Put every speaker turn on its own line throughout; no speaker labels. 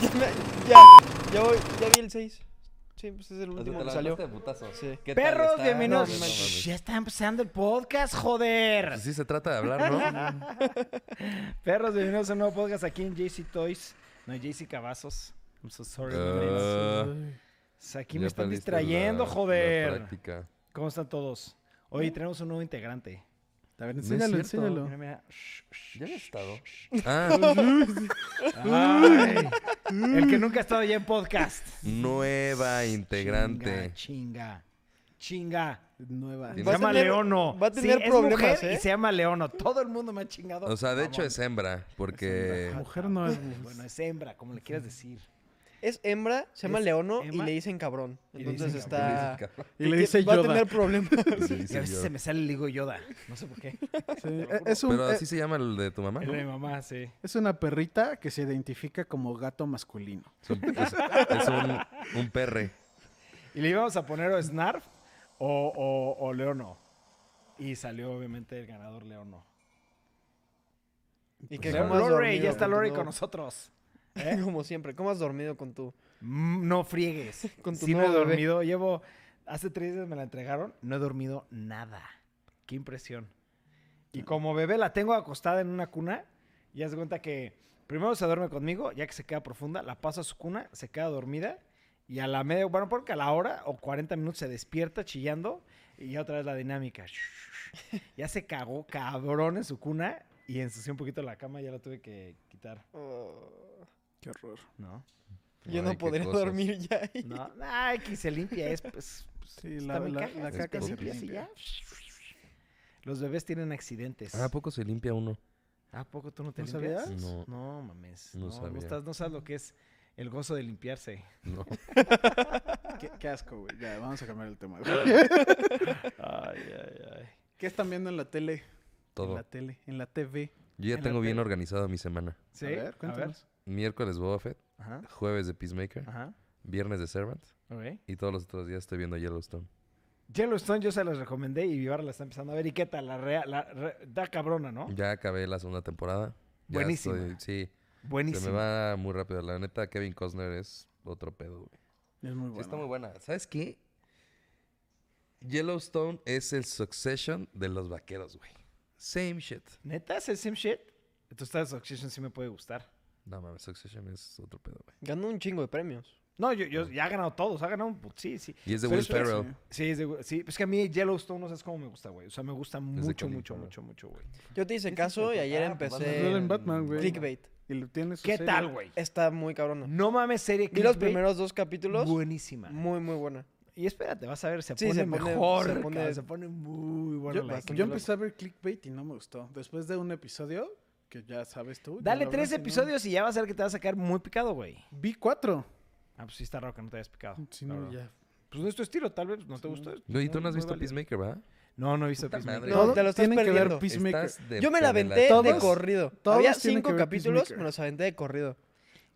ya, me- ya, ya voy, ya vi el 6. Sí, pues es el último que salió. Sí.
Perros, bienvenidos.
No, no mames.
Shh, ya está empezando el podcast, joder.
Pues Sí se trata de hablar, ¿no?
Pues, Perros, bienvenidos a un nuevo podcast aquí en JC Toys. No, JC Cavazos. I'm so sorry.
Ah,
friends. Pues, aquí
ya
me están
perdiste
distrayendo,
la- la
joder.
práctica.
¿Cómo están todos? Hoy tenemos un nuevo integrante.
A ver,
No es
enséñalo,
cierto.
enséñalo.
Mira, mira. Shh, shh,
Ya había
shh,
estado.
shh.
Ah,
Ay, el que nunca ha estado ya en podcast.
nueva integrante.
Chinga, chinga. chinga.
Nueva.
Tiene-
Se
Va a
llama
tener-
Leono.
va a tener
es
problemas,
mujer
¿eh?
Y se llama Leono. Todo el mundo me ha chingado.
O sea, de hecho
Mamón.
es hembra, porque...
Mujer no es.
Bueno, es hembra, como le quieras decir.
Es hembra, se llama
Es
Leono y
hembra.
le dicen cabrón.
Y le dicen
Entonces
Dice,
está.
cabrón,
Y le
que
dice
Va a
Yoda.
tener problemas.
sí,
Y
dice
a veces
yo.
se me sale el higo Yoda. No sé por qué.
Sí, eh, Es, un-
Pero
eh,
así se llama el de tu mamá.
Es
¿no?
de mi mamá, sí.
es una perrita que se identifica como gato masculino.
Es un, es- es un- un perre.
Y le íbamos a poner o Snarf o, o, o Leono. Y salió obviamente el ganador Leono.
y que
Pues,
cómo has
Lorey,
dormido
ya está
con
Lorey
tu
con
nuevo-
nosotros.
Como siempre, ¿cómo has dormido con tu.
Mm, No friegues.
Con tu
sí, no he
nuevo bebé.
dormido. Llevo. Hace tres días me la entregaron. No he dormido nada. Qué impresión. Y como bebé la tengo acostada en una cuna. Y haz de cuenta que primero se duerme conmigo, ya que se queda profunda. La paso a su cuna, se queda dormida. Y a la media, bueno, porque a la hora o 40 minutos se despierta chillando. Y ya otra vez la dinámica. Ya se cagó cabrón en su cuna. Y ensució un poquito la cama, ya la tuve que quitar.
Oh,
Qué horror.
¿No?
yo
Ay,
no
qué
podría
cosas.
dormir ya. ahí.
No, ay, que se limpia es pues, pues,
Sí,
pues,
la-
también
la-
cagas,
la
te
caca se
limpias y
limpia.
ya. Los bebés tienen accidentes.
Ah, ¿a poco se limpia uno?
¿A poco tú no te
¿No
limpias?
sabías?
No.
No, mames. No,
No
no,
sabía.
estás- no sabes lo que es el gozo de limpiarse.
No.
Qué, qué asco, güey. Ya, vamos a cambiar el tema. güey.
Ay, ay, ay.
¿Qué están viendo en la tele? En
Todo.
la tele, en la TV.
Yo
en
ya
la
tengo bien
tele.
organizada mi semana.
¿Sí?
A ver, cuéntanos.
Miércoles Boba Fett,
Ajá.
jueves de Peacemaker,
Ajá.
viernes de Servant
Ok.
y todos los otros días estoy viendo Yellowstone.
Yellowstone yo se las recomendé y Vivara la está empezando a ver. ¿Y qué tal? La, rea- la re- da cabrona,
Oh.
¿no?
Ya acabé la segunda temporada. Ya
Buenísima.
estoy- sí, se me
Buenísimo.
va muy rápido. La neta, Kevin Costner es otro pedo, güey.
Es muy
Sí, está muy
bueno.
buena. ¿Sabes qué? Yellowstone es el Succession de los vaqueros, güey. Same shit.
¿Neta? ¿Es el same shit? Entonces, esta de Succession sí me puede gustar.
No mames, Succession es otro pedo, güey.
Ganó un chingo de premios.
No, yo, yo ya ha ganado todos, ha ganado un put- sí, sí.
Y es de
Pero
Will
es que-
Ferrell.
Sí, es de Will- sí, es que a mí Yellowstone no sabes cómo me gusta, güey. O sea, me gusta mucho,
Colin
mucho,
Farrell.
mucho, mucho, güey.
Yo te hice caso y ayer
Ah, pues, vas a
Sale en
empecé.
Batman, güey.
Clickbait.
Y lo tiene su
¿Qué
serie.
tal, güey?
Está muy cabrona.
No mames, serie
Vi los
clickbait,
primeros dos capítulos.
Buenísima.
Muy, muy buena.
Y espérate, vas a ver, se
Sí,
pone
se pone-
mejor.
se
cabrón, Se
pone-
pone, muy buena
Yo,
la
bastante
yo
loco.
empecé a ver clickbait y no me gustó. Después de un episodio, que ya sabes tú. ya
Dale
lo
tres
hablaste, ¿no?
episodios y ya vas a ver que te vas a quedar muy picado, güey.
Vi cuatro.
Ah, pues sí está raro que no te hayas
Ah,
picado.
Si
la
no,
verdad.
ya.
Pues no es tu estilo, tal vez no te
Sí,
gustó.
no.
es
Güey, ¿y tú
muy-
no has
muy
visto
válido.
Peacemaker, ¿verdad?
No, no he visto
Puta
Peacemaker.
madre.
No, te lo estás
tiene que ver
perdiendo.
Peacemaker.
Estás de
Yo me la
pelada.
aventé de
Todos-
corrido.
todos
Había
tienen
cinco
que ver
capítulos,
Peacemaker.
me los aventé de corrido.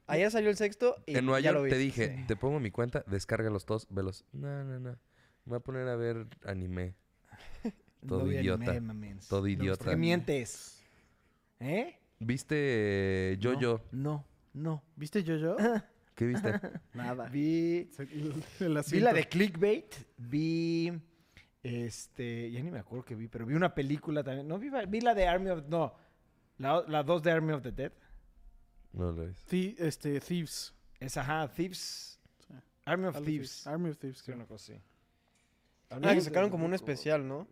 Ayer salió el sexto y
En Nueva
ya lo
York
vi.
te dije, te pongo mi cuenta, descárgalos todos, velos. No, no, no. Me voy a poner a ver anime. Todo
vi
idiota.
anime, mames.
Todo
No, pues,
idiota.
¿Por qué mientes? ¿Eh?
¿Viste Jojo?
No, no.
¿Viste Jojo?
¿Qué viste?
Nada. Vi,
Se- el- el
vi la
asiento.
de clickbait, vi este, ya ni me acuerdo que vi, pero vi una película también. No vi, va- vi la de Army of no. La, la dos de Army of the Dead.
No lo ves.
Thi- este, Thieves.
Es ajá, Thieves. Army of
Algo
Thieves.
así. Army of Thieves.
Sí, una cosa así.
Ah, que sacaron como un especial, ¿no?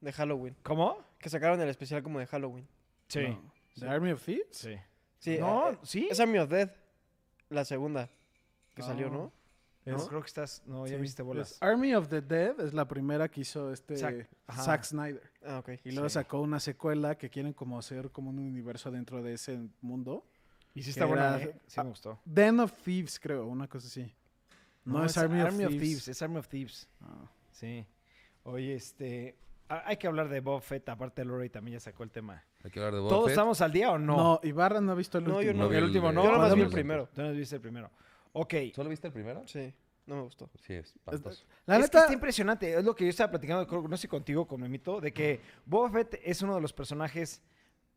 De Halloween.
¿Cómo?
Que sacaron el especial como de Halloween.
Sí.
No. ¿The Army of Thieves?
Sí.
Sí. eh,
No, sí.
es Army of Death, la segunda que salió,
Ah,
¿no?
No,
¿no?
creo que estás. No, ya
Sí,
viste bolas.
es Army of the Dead es la primera que hizo este
Zack-
Zack,
ajá.
Snyder.
Ah, ok.
Y luego
Sí.
sacó una secuela que quieren como hacer como un universo dentro de ese mundo.
Y sí
que
está buena.
era-
¿eh? Sí me gustó.
Den of Thieves, creo, una cosa así. No, es, Army, of Thieves.
Es Army of Thieves. eh.
Ah.
Sí. Oye, este. a- Hay que hablar de Bob Fett, aparte Lori también ya sacó el tema.
Hay que hablar de Boba
¿Todos
Fett.
estamos al día o
No.
no?
Ibarra no ha visto el
No, yo
último.
no.
vi
el último
de-
no.
Yo nomás vi el
Cuando-
primero.
Tú nos viste el primero. Ok.
¿Solo viste el primero?
Sí, no me gustó.
Sí, espantoso.
La
es que
neta,
está impresionante. Es lo que yo estaba platicando, creo- no sé
Mm.
contigo, con Memito, de que Boba Fett es uno de los personajes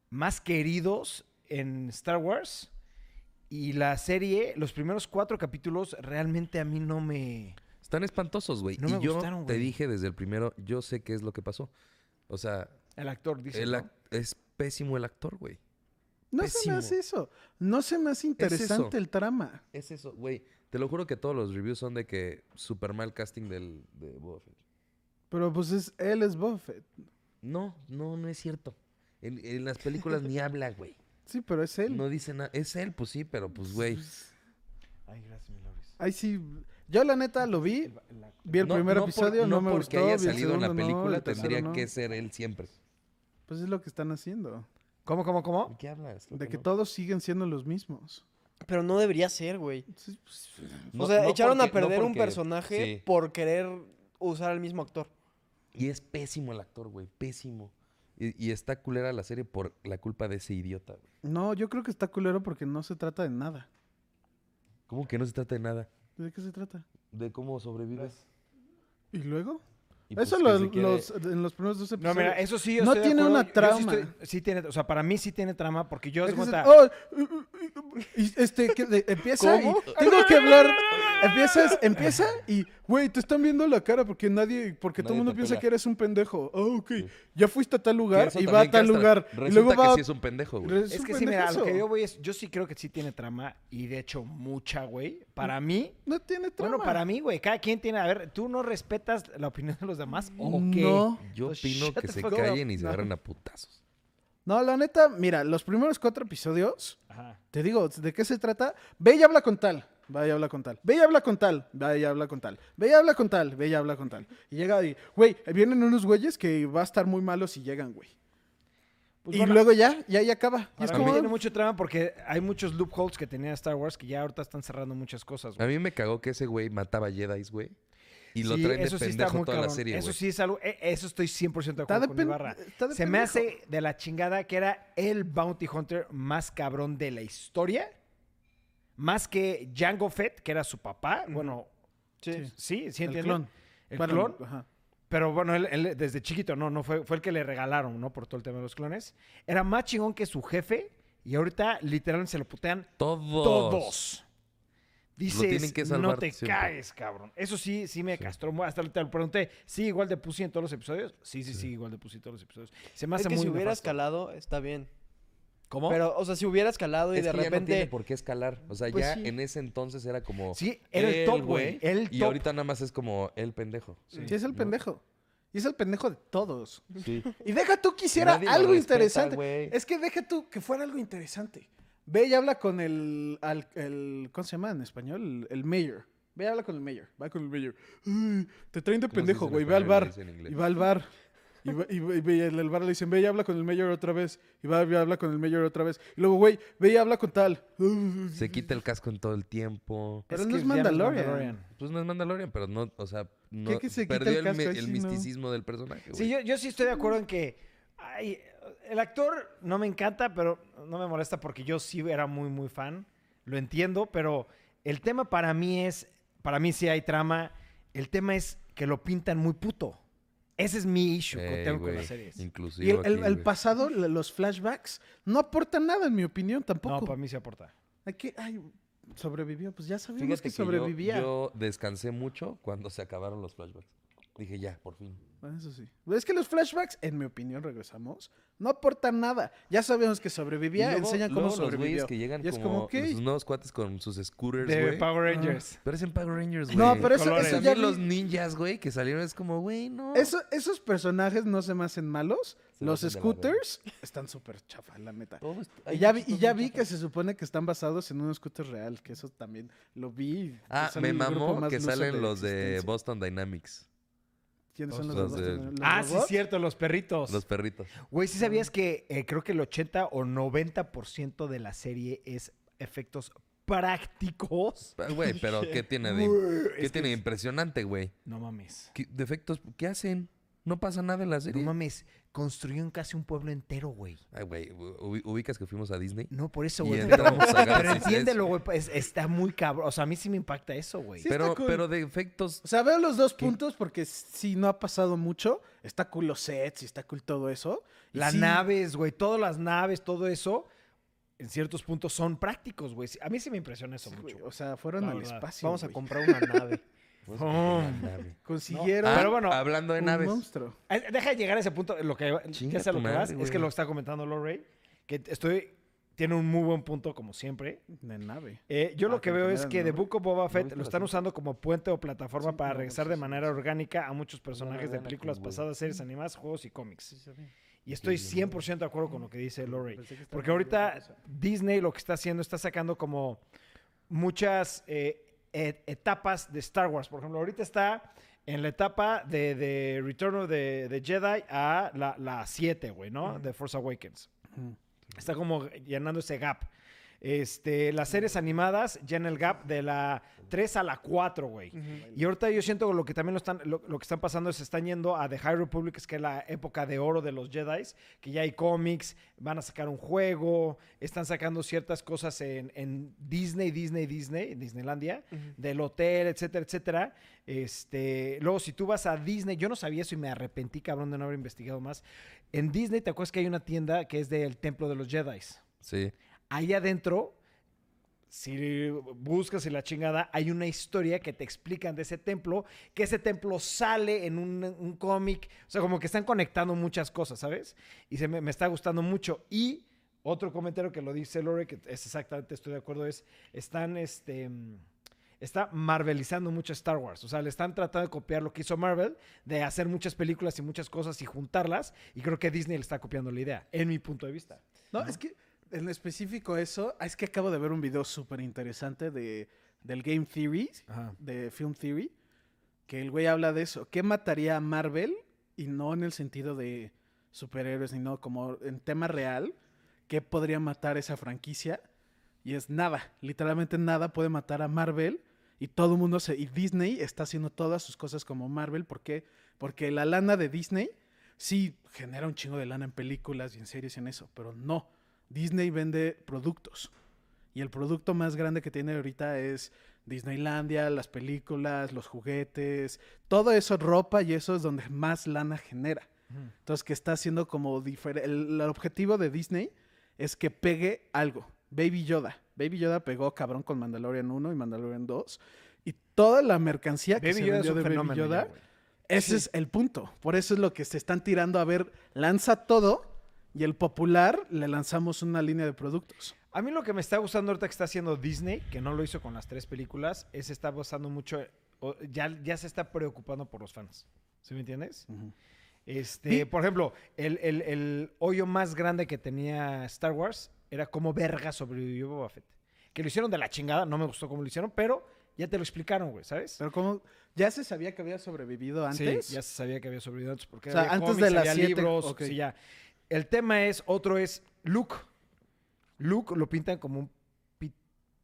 más queridos en Star Wars. Y la serie, los primeros cuatro capítulos, realmente a mí no me.
Están espantosos, güey.
No
y
me
yo
gustaron,
te
güey.
dije desde el primero, yo sé qué es lo que pasó. O sea,
El actor dice.
el
¿no?
ac- es pésimo el actor, güey.
No se me hace eso. No se me hace interesante el trama.
Es eso, güey. Te lo juro que todos los reviews son de que super mal casting del, de Boba Fett.
Pero pues es, él es Buffett.
No, no, no es cierto. En, en las películas ni habla, güey.
Sí, pero es él.
No dice nada. Es él, pues sí, pero pues, güey.
Ay, gracias, mi Loris.
Ahí sí. Yo la neta lo vi. Vi el
No-
primer
no por-
episodio, no, me
porque
gustó.
haya
vi el
salido en la
segundo, no, el
película,
tercero,
tendría
no.
que ser él siempre.
Pues es lo que están haciendo.
¿Cómo, cómo,
¿De
cómo?
qué hablas? Creo
De que
no.
todos siguen siendo los mismos.
Pero no debería ser, güey.
Sí, pues,
No-
o sea,
no
echaron a
porque- no
perder un
porque-
personaje
sí.
por querer usar al mismo actor.
Y es pésimo el actor, güey. Pésimo. Y, y está culera la serie por la culpa de ese idiota, güey.
No, yo creo que está culero porque no se trata de nada.
¿Cómo que no se trata de nada?
¿De qué se trata?
De cómo sobrevives.
¿Y luego?
Y,
Eso
pues,
lo-
que se quiere-
los, en los primeros dos
No,
episodios.
mira, eso sí. yo
No
estoy de
tiene
acuerdo.
una
Yo sí
trama.
estoy- sí tiene, o sea, para mí sí tiene trama, porque yo.
Es
haz
que se-
cuenta-
¡Oh! Y, este, que- de- empieza
¿Cómo?
y tengo que hablar. Empiezas, empieza y, güey, te están viendo la cara porque nadie, porque todo
Nadie
el mundo
te
piensa
pela.
que eres un pendejo. Ah, ok.
Sí.
Ya fuiste a tal lugar
Pienso
y va
también
a
que
tal
hasta
luego lugar. Y
Resulta
luego
que
va.
sí es un pendejo, güey.
Eres
Es
un
que sí, mira, lo que
pendejazo.
yo voy es. Yo sí creo que sí tiene trama, y de hecho, mucha, güey. Para mí.
No Mm. tiene trama.
Bueno, para mí, güey, cada quien tiene. A ver, ¿tú no respetas la opinión de los demás o qué?
No.
Yo
Pues,
opino
shut
que
the
se
fuck up.
callen y se
No.
agarren a putazos.
No, la neta, mira, los primeros cuatro episodios,
Ajá.
te digo, ¿de qué se trata? Ve y habla con tal. Va y habla con tal. Ve y habla con tal. Va y habla con tal. Ve y habla con tal. Ve y habla con tal. Y llega y, güey, vienen unos güeyes que va a estar muy malos si llegan, güey.
Pues
y
bueno,
luego ya, ya ahí acaba. Y
Para
es
mí
mí
como,
tiene mucho trama porque hay muchos loopholes que tenía Star Wars que ya ahorita están cerrando muchas cosas,
A
güey.
mí me cagó que ese güey mataba Jedi's, güey. Y lo
Sí,
traen de
eso sí está
pendejo
muy
toda la
cabrón.
serie,
Eso
güey.
sí es algo... e- Eso estoy 100% de
está de
acuerdo con
pen-
Ibarra.
está de
Se me
pendejo.
hace de la chingada que era el Bounty Hunter más cabrón de la historia. Más que Django Fett, que era su papá. Bueno,
Sí.
sí, sí
El
entiendo.
clon.
El
Bueno,
clon.
ajá.
Pero bueno, él, él desde chiquito, no, no fue, fue el que le regalaron, ¿no? Por todo el tema de los clones. Era más chingón que su jefe y ahorita literalmente se lo putean
Todos.
todos. Dices,
tienen que
no
salvar
te
siempre".
caes, cabrón. Eso sí, sí me castró. mu- Hasta ahorita le pregunté, ¿sí igual de pussy en todos los episodios? Sí, sí, sí, igual de pussy en todos los episodios. Se me hace
Es que
muy
si hubiera
nefasto.
escalado, está bien.
¿Cómo?
Pero, o sea, si hubiera escalado y
Es
de
que ya no tiene
repente.
por qué escalar. O sea,
Pues
ya
sí.
en ese entonces era como...
sí, era el
él,
top, güey. El
Oh, Y
top.
ahorita nada más es como el pendejo.
Sí, es el
¿no?
pendejo. Y es el pendejo de todos.
Sí.
Y deja tú que hiciera
Nadie lo
algo
respeta,
interesante.
güey.
Es que deja tú que fuera algo interesante. Ve y habla con el, al- el- ¿cómo se llama en español? El, el mayor. Ve y habla con el mayor. Va con el mayor. "Ay, te traen de
¿Cómo se dice
pendejo,
en
güey. Ve al
español y
bar.
dice en inglés?
Y va al bar. Y, va- y va- y ve- y en el bar le dicen, ve y habla con el mayor otra vez. Y va y habla con el mayor otra vez. Y luego, güey, ve y habla con tal.
Se quita el casco en todo el tiempo.
Pero
que
no es
ya
Mandalorian.
Pues no es Mandalorian, pero no, o sea, no
que se quita
perdió el,
el casco?
mi-
Ahí
el
sí no.
misticismo del personaje, güey.
Sí, yo, yo sí estoy de acuerdo en que ay, el actor no me encanta, pero no me molesta porque yo sí era muy, muy fan. Lo entiendo, pero el tema para mí es, para mí sí hay trama. El tema es que lo pintan muy puto. Ese es mi issue que
Ey,
tengo con
güey,
las series.
Inclusive
Y el, el-
aquí,
el
güey.
pasado, la- los flashbacks, no aportan nada, en mi opinión,
No,
tampoco.
para mí sí aporta.
Aquí, ay, sobrevivió. Pues ya sabíamos
Fíjate que
que
yo-
sobrevivía.
Yo, descansé mucho cuando se acabaron los flashbacks. Dije, ya, por fin.
Bueno, Ah, Eso sí. Pero Es que los flashbacks, en mi opinión, regresamos, no aportan nada. Ya sabíamos que
Y
sobrevivía,
luego-
enseñan cómo
luego los
sobrevivió.
güeyes que llegan
y es
como,
como, ¿qué?
sus nuevos cuates con sus scooters,
De
güey.
Power Rangers.
Parecen Power Rangers, güey.
No, pero eso,
Colores.
eso
También
ya
los
vi-
ninjas, güey, que salieron es como, güey, no.
eso- esos personajes no se me hacen malos.
Se me
los
hacen de la verga.
scooters están súper chafas, la meta.
Todo está-
Y
hay
ya vi,
muchas
y
cosas
ya
muy
vi que
chafas.
se supone que están basados en un scooter real, que eso también lo vi. que
Ah,
son
me
el grupo
mamó
más
que
loser
salen
la
los de
existencia.
Boston Dynamics.
¿Quiénes son los,
los
de
de-
Boston? ¿Los
Ah, sí,
robots?
cierto, los perritos.
Los perritos.
Güey, ¿sí sabías que eh, creo que el 80 o 90% de la serie es efectos prácticos?
Ah, Güey, pero ¿qué tiene de,
Güey,
¿qué
es que
tiene de
es-
impresionante, güey?
No mames.
¿Qué- ¿Defectos? ¿Qué hacen? No pasa nada en la
No
serie.
mames, construyeron casi un pueblo entero, güey.
Ay, güey, ubi- ubicas que fuimos a Disney.
No, por eso,
Y
güey. Pero,
entramos a
pero
Galaxy's
entiéndelo,
Edge.
güey. pues, está muy cabrón. O sea, a mí sí me impacta eso, güey.
Sí, está
pero,
cool.
pero de efectos.
O sea, veo los dos puntos porque sí no ha pasado mucho. Está cool los sets y está cool todo eso. Y
Las
sí,
naves, güey. Todas las naves, todo eso. en ciertos puntos son prácticos, güey. Sí, A mí sí me impresiona eso
Sí, güey,
mucho.
o sea, fueron
La
al
verdad.
espacio.
Vamos a
güey.
comprar una nave.
Pues,
Vamos a
Oh.
comprar una nave.
Consiguieron
Ah,
Pero bueno,
hablando de
un
naves.
monstruo.
Ah, Deja de llegar a ese punto, lo que,
Chinga
ya sé a
tu
lo que
madre,
vas, es
güey.
que lo está comentando Lorray, que estoy, tiene un muy buen punto como siempre.
De nave.
Eh, yo
Ah,
lo que
que le
veo
cambiaron
es
el
que The
nombre.
Book of Boba Fett
viste
lo
la
están
serie?
usando como puente o plataforma
Sí,
para
no,
regresar
sí,
de
sí,
manera orgánica a muchos personajes de
Anakin,
películas
güey.
pasadas, series animadas, juegos y cómics. Y
Sí,
estoy
sí, sí.
100% de acuerdo con lo que dice Lorray.
Pensé que estaba
Porque
hablando de otra
ahorita Disney lo que está haciendo está sacando como muchas eh, et- etapas de Star Wars. Por ejemplo, ahorita está en la etapa de, de Return of the, the Jedi a la- la 7, güey, ¿no? De Force Awakens.
cosa. Ujú.
Está como llenando ese gap. Este, las series animadas llenan el gap de la 3 a la 4, güey. Y ahorita yo siento lo que también lo están, lo, lo que están pasando es se están yendo a The High Republic, que es la época de oro de los Jedi, que ya hay cómics, van a sacar un juego, están sacando ciertas cosas en, en Disney, Disney, Disney, en Disneylandia, del hotel, etcétera, etcétera. Este, luego, si tú vas a Disney, yo no sabía eso y me arrepentí, cabrón, de no haber investigado más. En Disney, ¿te acuerdas que hay una tienda que es del Templo de los Jedi?
Sí.
ahí adentro, si buscas y la chingada, hay una historia que te explican de ese templo, que ese templo sale en un, un cómic, o sea, como que están conectando muchas cosas, ¿sabes? Y se me, me está gustando mucho. Y otro comentario que lo dice Lore, que es exactamente, estoy de acuerdo, es, están, este... mm, Está marvelizando mucho Star Wars. O sea, le están tratando de copiar lo que hizo Marvel, de hacer muchas películas y muchas cosas y juntarlas. Y creo que Disney le está copiando la idea, en mi punto de vista.
No, es que en específico eso, es que acabo de ver un video súper interesante de, del Game Theory, de Film Theory, que el güey habla de eso. ¿Qué mataría a Marvel? Y no en el sentido de superhéroes, sino como en tema real, ¿qué podría matar esa franquicia? Y es nada, literalmente nada puede matar a Marvel. Y todo el mundo se. Y Disney está haciendo todas sus cosas como Marvel. ¿Por qué? Porque la lana de Disney sí genera un chingo de lana en películas y en series y en eso. Pero no. Disney vende productos. Y el producto más grande que tiene ahorita es Disneylandia, las películas, los juguetes, todo eso, ropa, y eso es donde más lana genera. Entonces, que está haciendo como diferente. El, el objetivo de Disney es que pegue algo. Baby Yoda. Baby Yoda pegó cabrón con Mandalorian 1 y Mandalorian 2. Y toda la mercancía que
Baby
se
Yoda es
vendió
un
de Baby
fenómeno ya,
Yoda,
güey.
ese es el punto. Por eso es lo que se están tirando a ver, lanza todo y el popular le lanzamos una línea de productos.
A mí lo que me está gustando ahorita que está haciendo Disney, que no lo hizo con las tres películas, es está gustando mucho, o- ya, ya se está preocupando por los fans. ¿Sí me entiendes? Este,
Sí.
Por ejemplo, el, el- el hoyo más grande que tenía Star Wars era cómo verga sobrevivió Boba Fett. Que lo hicieron de la chingada, no me gustó cómo lo hicieron, pero ya te lo explicaron, güey, ¿sabes?
Pero como ya se sabía que había sobrevivido antes.
Sí, ya se sabía que había sobrevivido antes. Porque
O sea,
había
antes
cómics,
de las
había
siete,
libros,
ok.
sí, ya. El tema es, otro es Luke. Luke lo pintan como un... pi-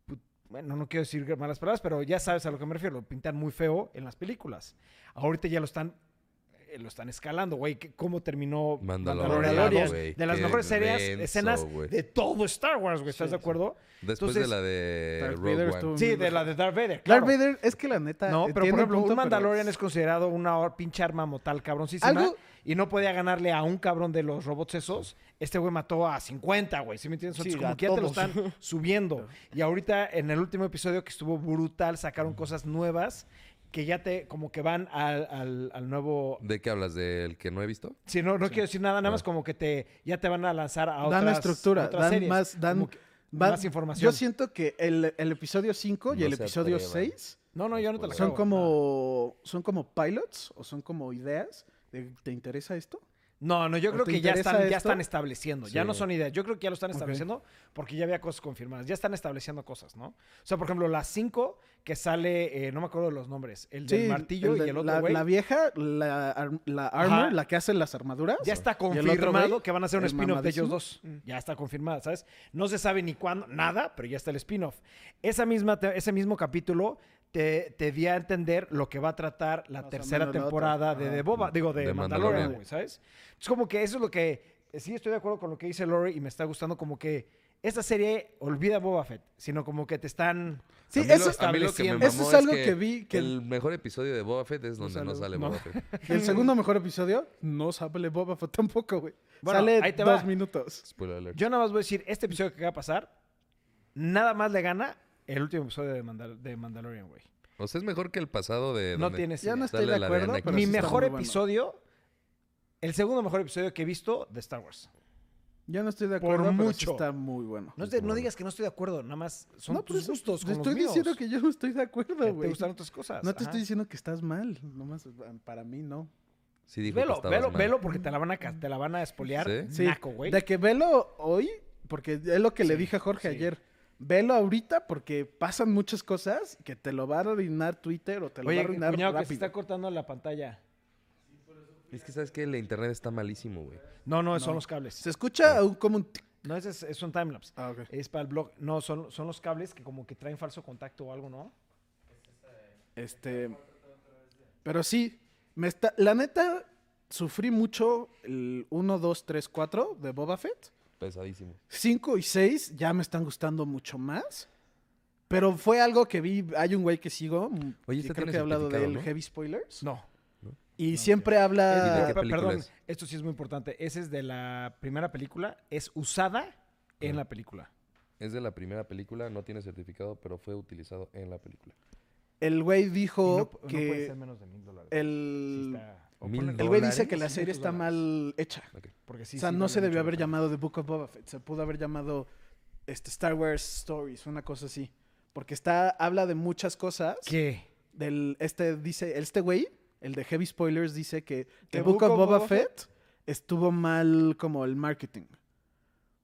pu- Bueno, no quiero decir malas palabras, pero ya sabes a lo que me refiero. Lo pintan muy feo en las películas. Ahorita ya lo están... eh, Lo están escalando, güey. que- ¿Cómo terminó
Mandalorian, güey,
de las
qué
mejores series,
denso,
escenas
güey.
de todo Star Wars, güey. ¿Estás
Sí,
de
sí.
acuerdo?
Después
Entonces,
de la de
Darth
Rogue
Vader
One.
estuvo-
Sí, de la de Darth Vader.
Darth
claro.
Vader es que la neta.
No, pero
tiene
por ejemplo,
punto,
un Mandalorian
pero
es considerado una hor- pinche arma mortal cabroncísima.
Algo-
Y no podía ganarle a un cabrón de los robots esos. Este güey mató a 50, güey. ¿Sí me entiendes?
Sí,
Entonces, como
a
que ya te lo
todos.
están subiendo. Y ahorita, en el último episodio que estuvo brutal, sacaron cosas nuevas que ya te, como que van al, al- al nuevo.
¿De qué hablas? ¿Del que no he visto?
Sí, no, no quiero decir nada, nada más
Ah.
como que te, ya te van a lanzar a otras
Dan la estructura,
otras
dan
series.
más- dan-
Como que
va-
más información.
Yo siento que el, el episodio 5 y
No
el
se
episodio
atrevan.
6
No, no, yo no te la
son
acabo.
como, son como pilots o son como ideas. de, ¿Te interesa esto?
No, no, yo
¿O
creo
te
que ya
interesa
están, ya
esto?
están estableciendo, ya
Sí.
no son ideas, yo creo que ya lo están
Ok.
estableciendo porque ya había cosas confirmadas, ya están estableciendo cosas, ¿no? O sea, por ejemplo, las cinco que sale, eh, no me acuerdo de los nombres, el del martillo
el de-
y el otro
la,
güey,
la vieja, la, ar- la armor,
Ajá.
la que hace las armaduras.
ya está
y el otro güey,
confirmado que van a hacer un
el
spin-off de ellos
mamadísimo. Mm.
dos, ya está confirmada, ¿sabes? No se sabe ni cuándo, nada, pero ya está el spin-off. Esa misma, te- ese mismo capítulo te, te di a entender lo que va a tratar la
Más o
tercera
menos la
temporada
otra.
de,
Ajá.
The Boba, digo, de,
De
Mandalorian,
Mandalorian.
güey, ¿sabes? Es como que eso es lo que. Sí, estoy de acuerdo con lo que dice Lori y me está gustando como que esta serie olvida Boba Fett, sino como que te están...
Sí,
A mí lo- a
eso,
mí lo que me
estableciendo.
mamó
Eso es algo que vi que-
El mejor episodio de Boba Fett es donde no
sale-
sale
no.
Boba Fett.
el segundo mejor episodio no sale Boba Fett tampoco, güey.
Bueno,
sale
ahí te
dos
va.
minutos.
Spoiler alert.
Yo nada más voy a decir, este episodio que acaba de pasar, nada más le gana el último episodio de, Mandal- de Mandalorian, güey.
O sea, es mejor que el pasado de.
No
donde
tienes
Ya no
idea.
estoy
sale
de
la
acuerdo,
Ariana
pero
Mi
sí está
mejor
muy bueno.
episodio, el segundo mejor episodio que he visto de Star Wars.
Yo no estoy de
Por
acuerdo, pero sí
mucho.
está muy bueno.
No, es de- no digas que no estoy de acuerdo, nada más son
No,
tus
pues,
gustos.
te
con los
estoy
míos.
diciendo que yo no estoy de
Que
acuerdo,
te
güey.
gustan otras cosas.
No te
ajá.
estoy diciendo que estás mal, nomás eh, para mí no.
Sí, dijo que
Velo,
estabas
velo,
mal.
velo porque te la van a, ca- te la van a espolear.
¿Sí?
Mm. Sí,
Naco, güey.
de que velo hoy, porque es lo que le dije a Jorge
sí.
ayer. Velo ahorita porque pasan muchas cosas que te lo va a arruinar Twitter o te lo va a
Oye,
arruinar
cuñado, que se
rápido.
está cortando la pantalla.
Es que sabes que el internet está malísimo, güey.
No, no, son los cables.
Se escucha un- como un... tic.
No, ese es, es un timelapse.
Ah, ok.
Es para el blog. No, son, son los cables que como que traen falso contacto o algo, ¿no?
Este. Pero sí, me está. La neta, sufrí mucho el 1, 2, 3, 4 de Boba Fett.
Pesadísimo.
5 y 6 ya me están gustando mucho más. Pero fue algo que vi. Hay un güey que sigo. mm,
Oye,
y
este
creo
tiene
que he hablado de él,
certificado, ¿no?
Heavy Spoilers.
No.
Y siempre habla.
¿Y de qué película
Ah. perdón,
es?
esto sí es muy importante. Ese es de la primera película. Es usada en
Ajá.
la película.
Es de la primera película, no tiene certificado, pero fue utilizado en la película.
El güey
Y
dijo
no, no puede
que.
ser menos de mil dólares.
el,
Sí está- o
Mil
ponle-
el güey dice
¿Dólares?
que la serie
500
está
dólares.
mal hecha.
Ok.
Porque sí,
o sea,
sí
no
vale
se debió
mucho
haber
la pena.
llamado The Book of Boba Fett. Se pudo haber llamado este, Star Wars Stories, una cosa así. Porque está, habla de muchas cosas.
¿Qué?
Del, este dice, este güey, el de Heavy Spoilers, dice que The
¿Que
Book of Boba, Fett estuvo mal como el marketing.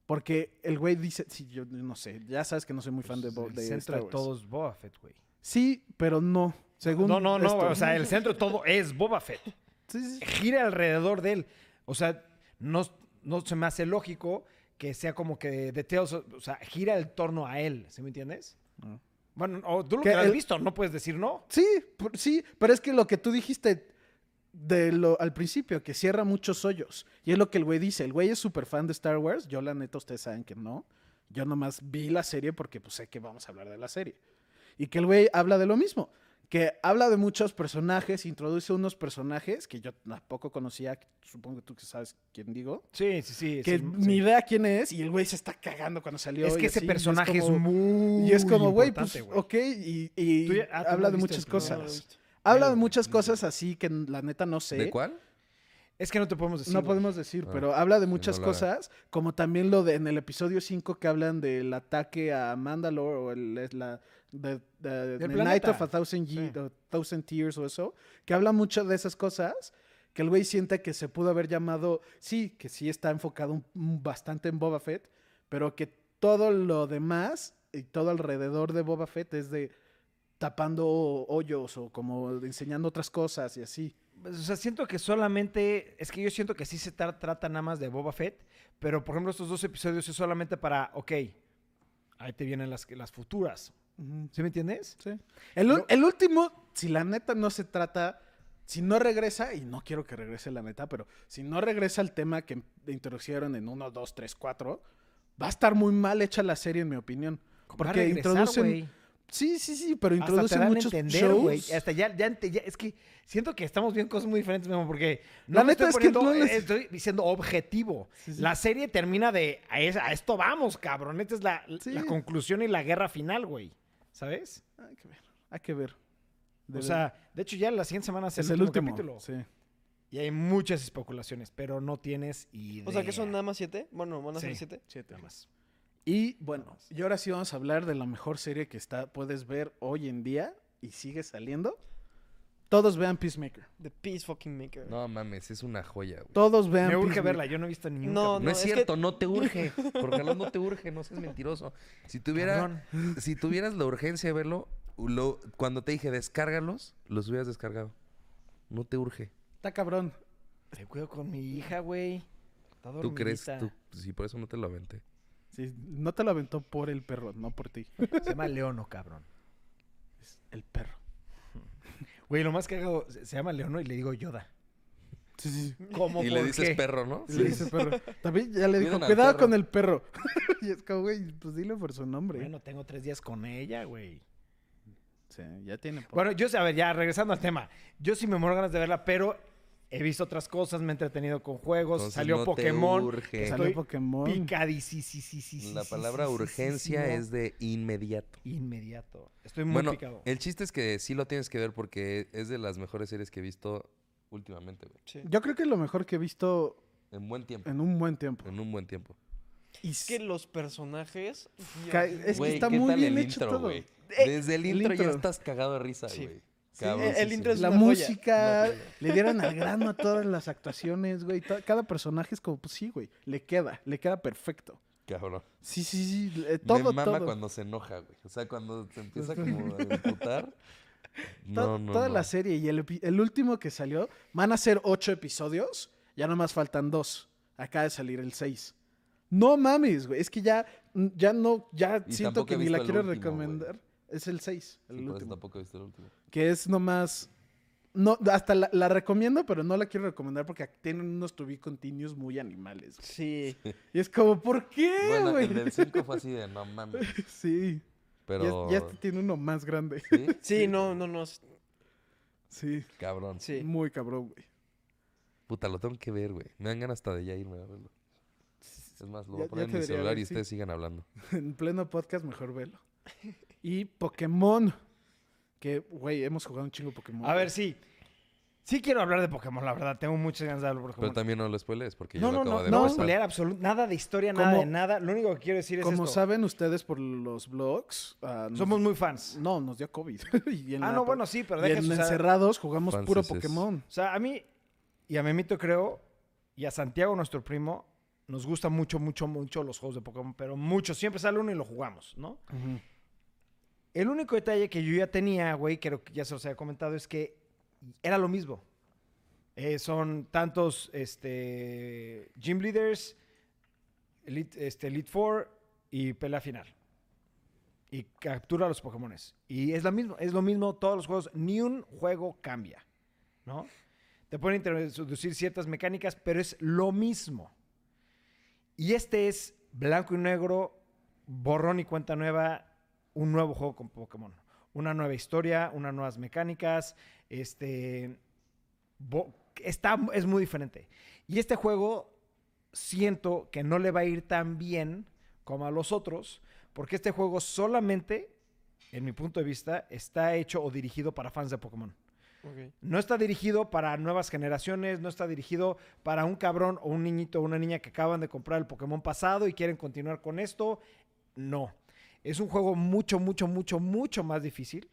Porque el güey dice, sí, yo no sé, ya sabes que no soy muy fan de,
Pues,
Bo-
el
de
centro
Star
de
Wars.
todos Boba Fett, güey.
Sí, pero no. Según
No, no, no.
esto.
O sea, el centro de todo es Boba Fett.
Sí, sí, sí.
gira alrededor de él. O sea, no, no se me hace lógico que sea como que de Tales, o o sea, gira el torno a él, ¿sí me entiendes?
Ah.
Bueno, o tú lo
Que
que has
el-
visto, no puedes decir no.
Sí, por- sí, pero es que lo que tú dijiste de lo, al principio, que cierra muchos hoyos. Y es lo que el güey dice. El güey es súper fan de Star Wars. Yo, la neta, ustedes saben que no. Yo nomás vi la serie porque pues, sé que vamos a hablar de la serie. Y que el güey habla de lo mismo. Que habla de muchos personajes, introduce unos personajes que yo tampoco conocía. que Supongo que tú que sabes quién digo.
Sí, sí, sí.
Que ni idea quién es. Y el güey se está cagando cuando salió.
Es
y
que ese
así, y
personaje es,
como-
muy
Y es como, güey, pues,
importante, güey.
ok. Y, y
Tú ya- ah, tú no
habla de
viste el
muchas
primero,
cosas.
no lo viste.
Habla de
Claro,
muchas
sí.
cosas así que n- la neta no sé.
¿De cuál?
Es que no te podemos decir.
no
güey.
podemos decir,
Ah,
pero habla de
no
muchas
lo haga.
cosas, como también lo de en el episodio 5 que hablan del ataque a Mandalore o el, es la de,
Del
de- The Night
planeta.
of a Thousand, Ye-
Sí.
o Thousand Years o eso, que habla mucho de esas cosas, que el güey siente que se pudo haber llamado, sí, que sí está enfocado un- un- bastante en Boba Fett, pero que todo lo demás y todo alrededor de Boba Fett es de tapando hoyos o como enseñando otras cosas y así.
O sea, siento que solamente. Es que yo siento que sí se tra- trata nada más de Boba Fett. Pero, por ejemplo, estos dos episodios es solamente para. Ok, ahí te vienen las, las futuras. ¿Sí me entiendes?
El,
Yo-
el último, si la neta no se trata, si no regresa, y no quiero que regrese la neta, pero si no regresa el tema que introdujeron en 1, 2, 3, 4, va a estar muy mal hecha la serie, en mi opinión.
Va a
Porque
regresar,
introducen.
güey.
Sí, sí, sí, pero
Hasta te
introducen
dan a
muchos
entender,
shows.
güey. Hasta ya, ya, ente- ya- es que siento que estamos viendo cosas muy diferentes, Memo, porque no
La
me
neta
estoy
es que
poniendo-
no les-
eh, estoy diciendo objetivo.
Sí, sí.
La serie termina de a, es- a esto vamos, cabrón. Esta es la,
Sí.
la conclusión y la guerra final, güey. ¿Sabes?
Hay que ver, hay que ver. De
o
ver-
sea, de hecho ya la siguiente semana es el, último, capítulo.
sí.
Y hay muchas especulaciones, pero no tienes idea.
O sea, que son nada más siete. Bueno, van a ser
Sí.
siete.
Siete.
Nada más.
Y bueno, y ahora sí vamos a hablar de la mejor serie que está, puedes ver hoy en día y sigue saliendo. Todos vean Peacemaker.
The Peace Fucking Maker.
No mames, es una joya, güey.
Todos vean
Me urge
Peacemaker.
verla, yo no he visto ningún
No,
No, es
es
cierto,
que-
no te urge. Porque no te urge, no seas mentiroso. Si tuviera, si tuvieras la urgencia de verlo, lo- cuando te dije descárgalos, los hubieras descargado. No te urge.
Está cabrón.
Te cuido con mi hija, güey. Está
¿Tú crees?
dormidita.
Tú, sí, por eso no te lo aventé.
Sí, no te lo aventó por el perro, no por ti.
Se llama Leono, cabrón.
Es el perro.
Güey, lo más cagado, se se llama Leono y le digo Yoda.
Sí, sí.
¿Cómo?
Y le
por
dices
qué?
perro, ¿no?
Le dice perro. También ya le dijo,
Cuiden al
cuidado
perro".
con el perro. y es como, güey, pues dile por su nombre.
Bueno, tengo tres días con ella, güey.
Sí, ya tiene. po-
Bueno, yo sé, a ver, ya regresando al tema. Yo sí me muero ganas de verla, pero he visto otras cosas, me he entretenido con juegos,
Entonces,
salió
no te
Pokémon.
urge.
que
Salió
estoy
Pokémon.
Picadísimo. Sí, sí, sí,
La
sí,
palabra
sí, sí, sí,
urgencia
sí, no.
es de inmediato.
Inmediato. Estoy muy
bueno,
picado.
el chiste es que sí lo tienes que ver porque es de las mejores series que he visto últimamente, güey.
Sí.
Yo creo que es lo mejor que he visto
En buen tiempo.
en un buen tiempo.
En un buen tiempo.
Y es que los personajes. Dios
Ca-
mío.
Es que
Güey,
está
¿qué
muy
tal
bien
el
hecho
intro,
todo.
güey?
Eh,
Desde el
el
intro, ya
intro.
estás cagado de risa,
Sí.
güey.
Sí, el intro es
La
una joya.
música,
Una joya.
le dieron al grano a todas las actuaciones, güey. To- Cada personaje es como, pues sí, güey, le queda, le queda perfecto.
Cabrón.
Sí, sí, sí, eh, todo,
Me mama
todo.
cuando se enoja, güey. O sea, cuando se empieza como a emputar.
To-
No, no,
toda
no.
la serie y el, epi- el último que salió, van a ser ocho episodios, ya nomás faltan dos. Acaba de salir el seis. No mames, güey, es que ya, mm, ya no, ya
Y
siento
tampoco
que
he
ni
visto
la
el
quiero
último, güey.
recomendar. Es el seis,
Sí,
el
por eso
último.
tampoco he visto el último.
que es nomás. No, hasta la, la recomiendo, pero no la quiero recomendar porque tienen unos to be continuos muy animales. güey.
Sí.
Y es como, ¿por qué,
Bueno,
güey?
el del 5 fue así de no mames.
Sí. Ya-
Pero.
Ya, este tiene uno más grande.
¿sí?
Sí, no, no, no.
Sí.
Cabrón.
Sí.
Muy cabrón, güey.
Puta, lo tengo que ver, güey. Me dan ganas hasta de ya irme a verlo. Es más, lo voy
Ya-
a
ya
poner en
te
mi
diría,
celular
güey,
y
sí.
ustedes sigan hablando.
En pleno podcast, mejor velo. Y Pokémon. Que, güey, hemos jugado un chingo Pokémon.
A ver, sí. Sí quiero hablar de Pokémon, la verdad. Tengo muchas ganas de hablar de
Pero
Pokémon.
también no lo spoilees porque
no,
yo lo
no,
acabo
no,
de
no,
pasar.
spoilear absolut- nada de historia, nada
Como-
de nada. Lo único que quiero decir es
Como
esto.
saben ustedes por los blogs, ah, nos-
Somos muy fans.
No, nos dio COVID. Y en
Ah,
la
no,
pa-
bueno, sí, pero
y
dejes
en
usar-
encerrados jugamos
Fans
puro
es- es-
Pokémon.
O sea, a mí y a Memito creo y a Santiago, nuestro primo, nos gusta mucho, mucho, mucho los juegos de Pokémon, pero mucho. Siempre sale uno y lo jugamos, ¿no?
Ujú.
El único detalle que yo ya tenía, güey, creo que ya se los había comentado, es que era lo mismo. Eh, son tantos este, Gym Leaders, Elite, este, Elite Four y pelea final. Y captura a los Pokémones. Y es lo mismo, es lo mismo todos los juegos. Ni un juego cambia, ¿no? Te pueden introducir ciertas mecánicas, pero es lo mismo. Y este es blanco y negro, borrón y cuenta nueva, un nuevo juego con Pokémon. Una nueva historia, unas nuevas mecánicas. Este. bo- está, es muy diferente. Y este juego siento que no le va a ir tan bien como a los otros, porque este juego solamente, en mi punto de vista, está hecho o dirigido para fans de Pokémon.
Ok.
No está dirigido para nuevas generaciones, no está dirigido para un cabrón o un niñito o una niña que acaban de comprar el Pokémon pasado y quieren continuar con esto. No. Es un juego mucho, mucho, mucho, mucho más difícil.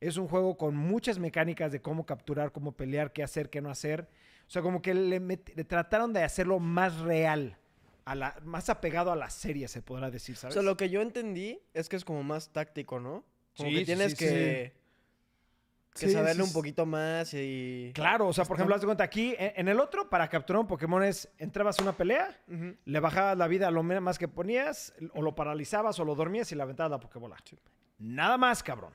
Es un juego con muchas mecánicas de cómo capturar, cómo pelear, qué hacer, qué no hacer. O sea, como que le, met- le trataron de hacerlo más real, a la, más apegado a la serie, se podrá decir,
O
¿sabes?
sea, lo que yo entendí es que es como más táctico, ¿no? Como
Sí,
que
sí,
tienes
sí, sí.
que, que
Sí,
saberle
sí,
un
sí.
poquito más y.
Claro, o sea, por ejemplo, haz de cuenta, aquí en, en el otro, para capturar un Pokémon es, entrabas a una pelea,
Ujú.
Le bajabas la vida a lo me- más que ponías, o lo paralizabas, o lo dormías y le aventabas la pokebola. Nada más, cabrón.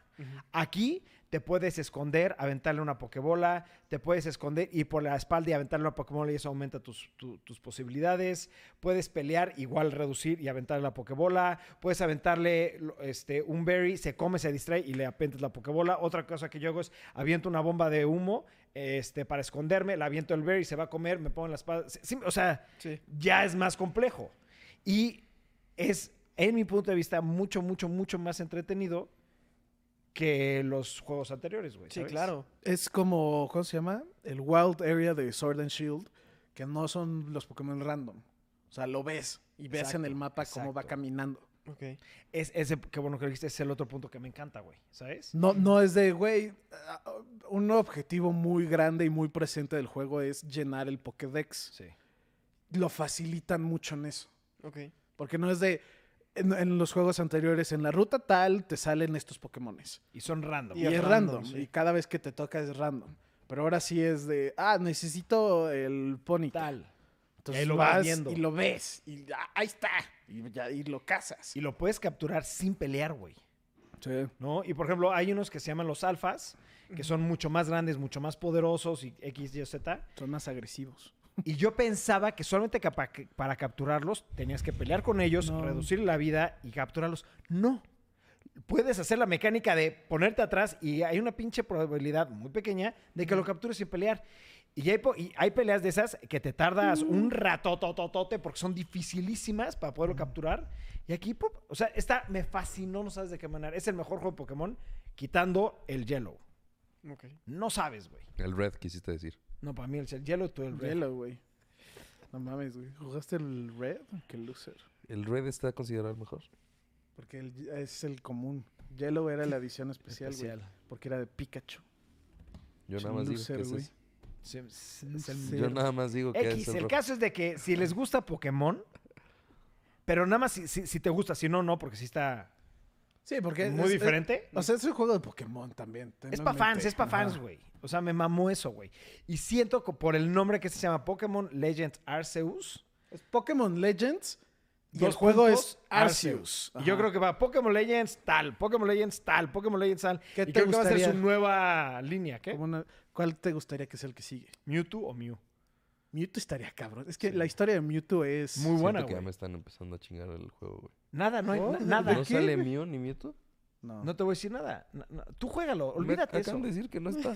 Aquí te puedes esconder, aventarle una pokebola, te puedes esconder y por la espalda y aventarle una pokebola y eso aumenta tus, tu- tus posibilidades. Puedes pelear, igual reducir y aventarle la pokebola. Puedes aventarle lo- este, un berry, se come, se distrae y le aventas la pokebola. Otra cosa que yo hago es aviento una bomba de humo este, para esconderme, la aviento el berry, se va a comer, me pongo en la espalda. Sí, sí, o sea
Sí.
ya es más complejo. Y es, en mi punto de vista, mucho, mucho, mucho más entretenido que los juegos anteriores, güey.
Sí,
¿sabes?
claro.
Es como, ¿cómo se llama? El Wild Area de Sword and Shield, que no son los Pokémon random. O sea, lo ves y ves
Exacto,
en el mapa cómo va
exacto.
caminando.
Ok.
Es, ese, qué bueno que lo dijiste, es el otro punto que me encanta, güey. ¿Sabes?
No, no es de, güey, ah, un objetivo muy grande y muy presente del juego es llenar el Pokédex.
Sí.
Lo facilitan mucho en eso.
Ok.
Porque no es de, en, en los juegos anteriores, en la ruta tal te salen estos Pokémones.
Y son random.
Y,
es
es
random,
random.
sí.
Y cada vez que te toca es random. Pero ahora sí es de, ah, necesito el Ponyta.
tal.
Entonces
Ahí lo
lo
vas
vas
viendo.
y lo ves. Y ya, ahí está. Y, ya- y lo cazas.
Y lo puedes capturar sin pelear, güey. ¿no? Y por ejemplo, hay unos que se llaman los alfas, que son mucho más grandes, mucho más poderosos y X, Y, Z.
Son más agresivos.
Y yo pensaba que solamente capa- que para capturarlos tenías que pelear con ellos,
No.
reducir la vida y capturarlos. No. Puedes hacer la mecánica de ponerte atrás y hay una pinche probabilidad muy pequeña de que lo captures sin pelear. Y hay, po- y hay peleas de esas que te tardas un ratotototote porque son dificilísimas para poderlo capturar. Y aquí, pop, o sea, esta me fascinó, no sabes de qué manera. Es el mejor juego de Pokémon quitando el Yellow.
Ok.
No sabes, güey.
El red quisiste decir.
No, para mí el Yellow, tú el
El
Red.
Yellow, güey. No mames, güey. ¿Jugaste el Red? Qué loser.
¿El red está considerado el mejor?
Porque el- es el común. Yellow era la edición especial, güey.
Especial.
Porque era de Pikachu.
Yo
Es
nada
un
más digo
loser,
que es
güey.
ese.
Sí, es- es el
Sí.
Yo nada más digo que
X,
es el,
el
rojo.
caso es de que si les gusta Pokémon, pero nada más si, si- si te gusta, si no, no, porque si está
Sí, porque
muy
es-
diferente.
es- o sea, es un juego de Pokémon también.
es para fans, es para fans, güey. O sea, me mamó eso, güey. Y siento que por el nombre que se llama Pokémon Legends Arceus,
Es Pokémon Legends y
dos
el juego
puntos,
es Arceus.
Y yo
Ajá.
creo que va Pokémon Legends tal, Pokémon Legends tal, Pokémon Legends tal.
¿Qué
y
te
creo que va a ser su
gustaría?
nueva línea, ¿qué?
Como una- ¿Cuál te gustaría que sea el que sigue?
¿Mewtwo o Mew?
Mewtwo estaría cabrón. Es que la historia de Mewtwo es...
Muy
Siento
buena,
que ya
güey.
me están empezando a chingar el juego, güey.
Nada, no hay
Oh,
na- nada.
¿No sale Mio ni Mewtwo?
No.
No te voy a decir nada. No, no, Tú juégalo,
Me
olvídate eso.
Acaban de decir que no está.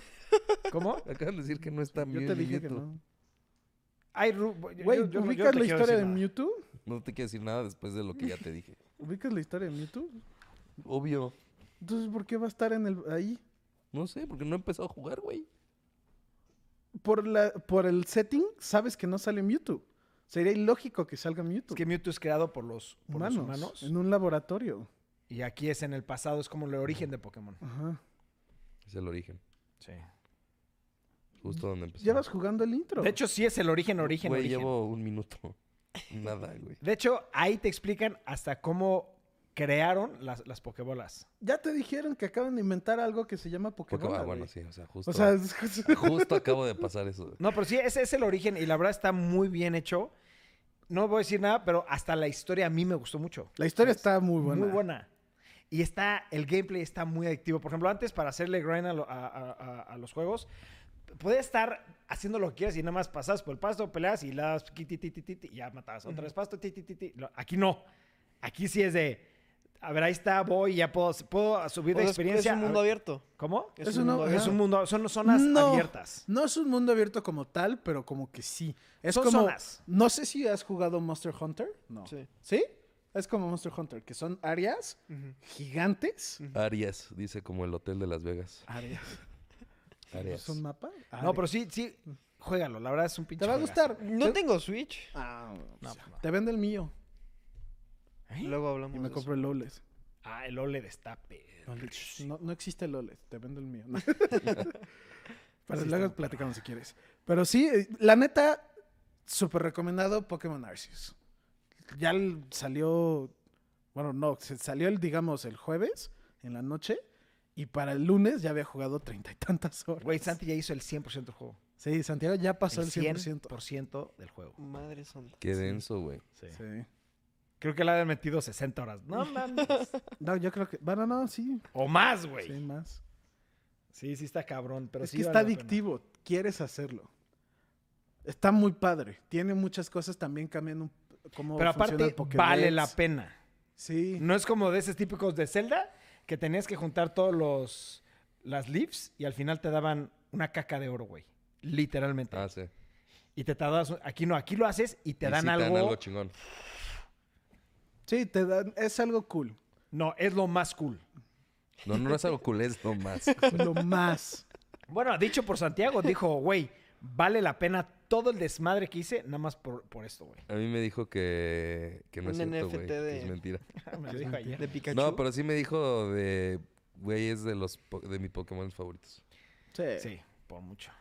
¿Cómo?
Acaban de decir que no está Mio
yo te
ni
dije que
Mewtwo.
no.
Ay, Ru- yo-
Güey,
yo- yo- yo no
¿ubicas
te
la
quiero
historia
decir
de
nada.
Mewtwo?
No te quiero decir nada después de lo que ya te dije.
¿Ubicas la historia de Mewtwo?
Obvio.
Entonces, ¿por qué va a estar en el, ahí?
No sé, porque no he empezado a jugar, güey.
Por, la, por el setting, sabes que no sale Mewtwo. Sería ilógico que salga Mewtwo.
Es que Mewtwo es creado por los por los
humanos,
humanos.
En un laboratorio.
Y aquí es en el pasado, es como el origen de Pokémon.
Ajá.
Es el origen.
Sí.
Justo donde empezó.
Llevas jugando el intro.
Pues De hecho, sí es el origen, origen,
Güey,
origen.
llevo un minuto. Nada, güey.
De hecho, ahí te explican hasta cómo crearon las, las Pokébolas.
ya te dijeron que acaban de inventar algo que se llama
Porque,
Pokébola.
ah, bueno,
güey.
sí, o sea, justo.
O sea,
Justo acabo de pasar eso. güey.
No, pero sí, ese es el origen y la verdad está muy bien hecho. No voy a decir nada, pero hasta la historia a mí me gustó mucho.
la historia está muy
Pues,
buena.
Muy buena. Y está, el gameplay está muy adictivo. Por ejemplo, antes para hacerle grind a, lo- a- a- a- a los juegos, podías estar haciendo lo que quieras y nada más pasabas por el pasto, peleas y las qui, ti, ti, ti, ti, ti, y ya matabas. Otra vez pasto, ti, ti, ti, ti. Lo- Aquí no. Aquí sí es de, a ver, ahí está, voy, ya puedo, puedo subir
O sea,
de
es-
experiencia.
Es un
A
mundo
ver,
abierto.
¿Cómo?
Es,
Es
un
una-
mundo
ajá.
Es
abierto.
un mundo, son zonas
No.
abiertas.
No es un mundo abierto como tal, pero como que sí. Es
Son
como.
zonas.
No sé si has jugado Monster Hunter. No.
Sí.
¿Sí? Es como Monster Hunter, que son áreas
Ujú.
gigantes.
Mm.
Arias, dice como el hotel de Las Vegas.
Áreas.
Arias.
¿Es un mapa?
No,
Áreas.
pero sí, sí, juégalo. La verdad es un pinche
Te va a
juegazo.
gustar.
No
Te-
tengo Switch.
Ah, bueno,
No,
pues
pues
ya.
no.
Te vende el mío.
Luego hablamos.
¿Eh? Y me
de
compro el OLED.
Ah, el OLED está pedo.
No, no existe el OLED, te vendo el mío. No. Pero luego platicamos si quieres. Pero sí, eh, la neta, súper recomendado Pokémon Arceus. Ya el- salió, bueno, no, se salió el, digamos, el jueves en la noche y para el lunes ya había jugado treinta y tantas horas.
Güey, Santi ya hizo el 100% del juego.
Sí, Santiago ya pasó el, 100%.
100% del juego.
eso. Madre santa.
Qué denso, güey.
Sí.
Creo que le han metido 60 horas. No mames.
No, yo creo que, bueno, no, sí,
o más,
sí,
güey.
más.
Sí, sí está cabrón, pero
es
sí
que
vale
está
la pena.
adictivo, quieres hacerlo. Está muy padre, tiene muchas cosas también cambian un, cómo
Pero
funciona el
aparte vale la
Pokédex.
pena.
Sí.
No es como de esos típicos de Zelda que tenías que juntar todos los las leaves y al final te daban una caca de oro, güey. Literalmente.
Ah, sí.
Y te tardabas aquí no, aquí lo haces y te
Y
dan
sí
algo.
algo chingón.
Sí, te dan, es algo cool.
no, es lo más cool.
No, no es algo cool, es lo más.
Lo más.
Bueno, dicho por Santiago, dijo, güey, vale la pena todo el desmadre que hice nada más por, por esto, güey.
A mí me dijo que, que no es
Un
cierto,
NFT
güey. que Es
de-
mentira.
Ah, Me lo dijo ayer.
De Pikachu.
No, pero sí me dijo de... Güey, es de los po- de mis Pokémon favoritos.
Sí.
Sí, por mucho.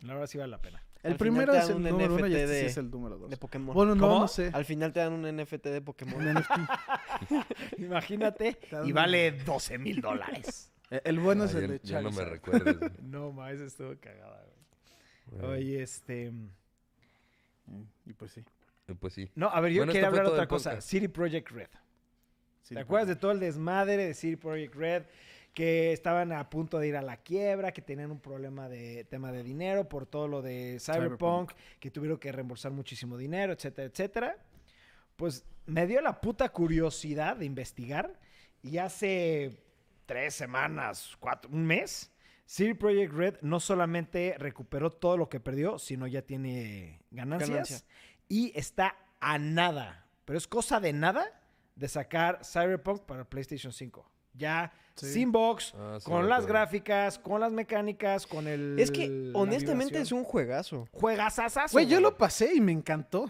La verdad sí vale la pena.
El
Al final
primero
te
es
dan
el
un
número uno y
NFT
este sí
de-
es el número dos.
De Pokémon.
Bueno, no,
¿Cómo?
no sé.
Al final te dan un NFT de Pokémon.
Un NFT.
Imagínate,
Cada
y
uno.
vale 12 mil dólares.
Eh, El bueno
Ah,
es el
ya-
de
ya no me
Charizard.
recuerdes. güey.
No, ma, eso estuvo cagada, güey.
Bueno,
Oye, este...
Mm, y pues sí.
eh, Pues sí.
No, a ver, yo
Bueno,
quería
esto fue
hablar
todo
otra
el
cosa.
podcast.
City Project Red.
Sí,
¿Te acuerdas de todo el desmadre de City Project Red? que estaban a punto de ir a la quiebra, que tenían un problema de tema de dinero por todo lo de Cyberpunk,
Cyberpunk.
que tuvieron que reembolsar muchísimo dinero, etcétera, etcétera. Pues me dio la puta curiosidad de investigar y hace tres semanas, cuatro, un mes, CD Projekt Red no solamente recuperó todo lo que perdió, sino ya tiene ganancias
Ganancia.
y está a nada, pero es cosa de nada de sacar Cyberpunk para PlayStation 5. Ya
Sí.
sin box,
Ah, sí,
con
me
las
acuerdo.
gráficas, con las mecánicas, con el
Es que,
la
honestamente,
vibración.
es un juegazo.
juegazazazo.
Güey, yo
güey. ¿eh?
lo pasé y me encantó.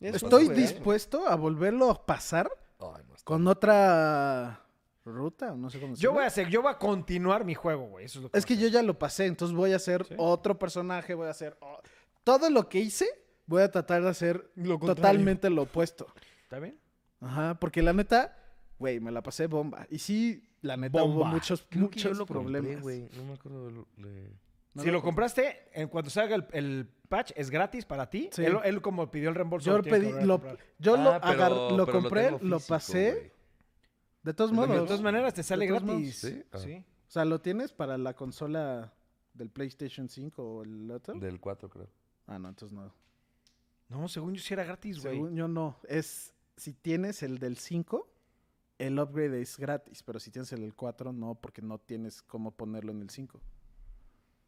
Es un
Estoy
juegazo.
dispuesto a volverlo a pasar
Ay, no, está-
con otra ruta, no sé cómo se
yo
llama.
voy a hacer, yo voy a continuar mi juego, güey. Eso es lo que
Es que yo ya lo pasé, entonces voy a hacer otro personaje, voy a hacer o- todo lo que hice, voy a tratar de hacer
Lo contrario.
totalmente lo opuesto.
¿Está bien?
Ajá, porque la neta, güey, me la pasé bomba. Y sí, la neta hubo
Bomba.
muchos
Creo que yo
muchos
lo compré,
problemas.
güey. No me acuerdo de lo- de-
No
si
lo
lo compraste, en cuanto salga el, el patch, es gratis para ti.
Sí.
Él, él como pidió el reembolso.
yo
lo tiene que
pedí-
volver a
lo,
comprar.
yo lo,
Ah, pero-
agar- lo
pero
compré, lo,
tengo físico,
pasé.
güey.
De todos
Es lo
De
modos.
mismo.
todas maneras, te sale
de todos
gratis.
modos.
Sí, ah.
sí.
O sea, lo tienes para la consola del PlayStation 5 o el otro.
Del 4, creo.
Ah, no, entonces no.
No, según yo sí era gratis, güey.
Según yo no. Es si tienes el del 5, el upgrade es gratis, pero si tienes el del 4 no, porque no tienes cómo ponerlo en el 5.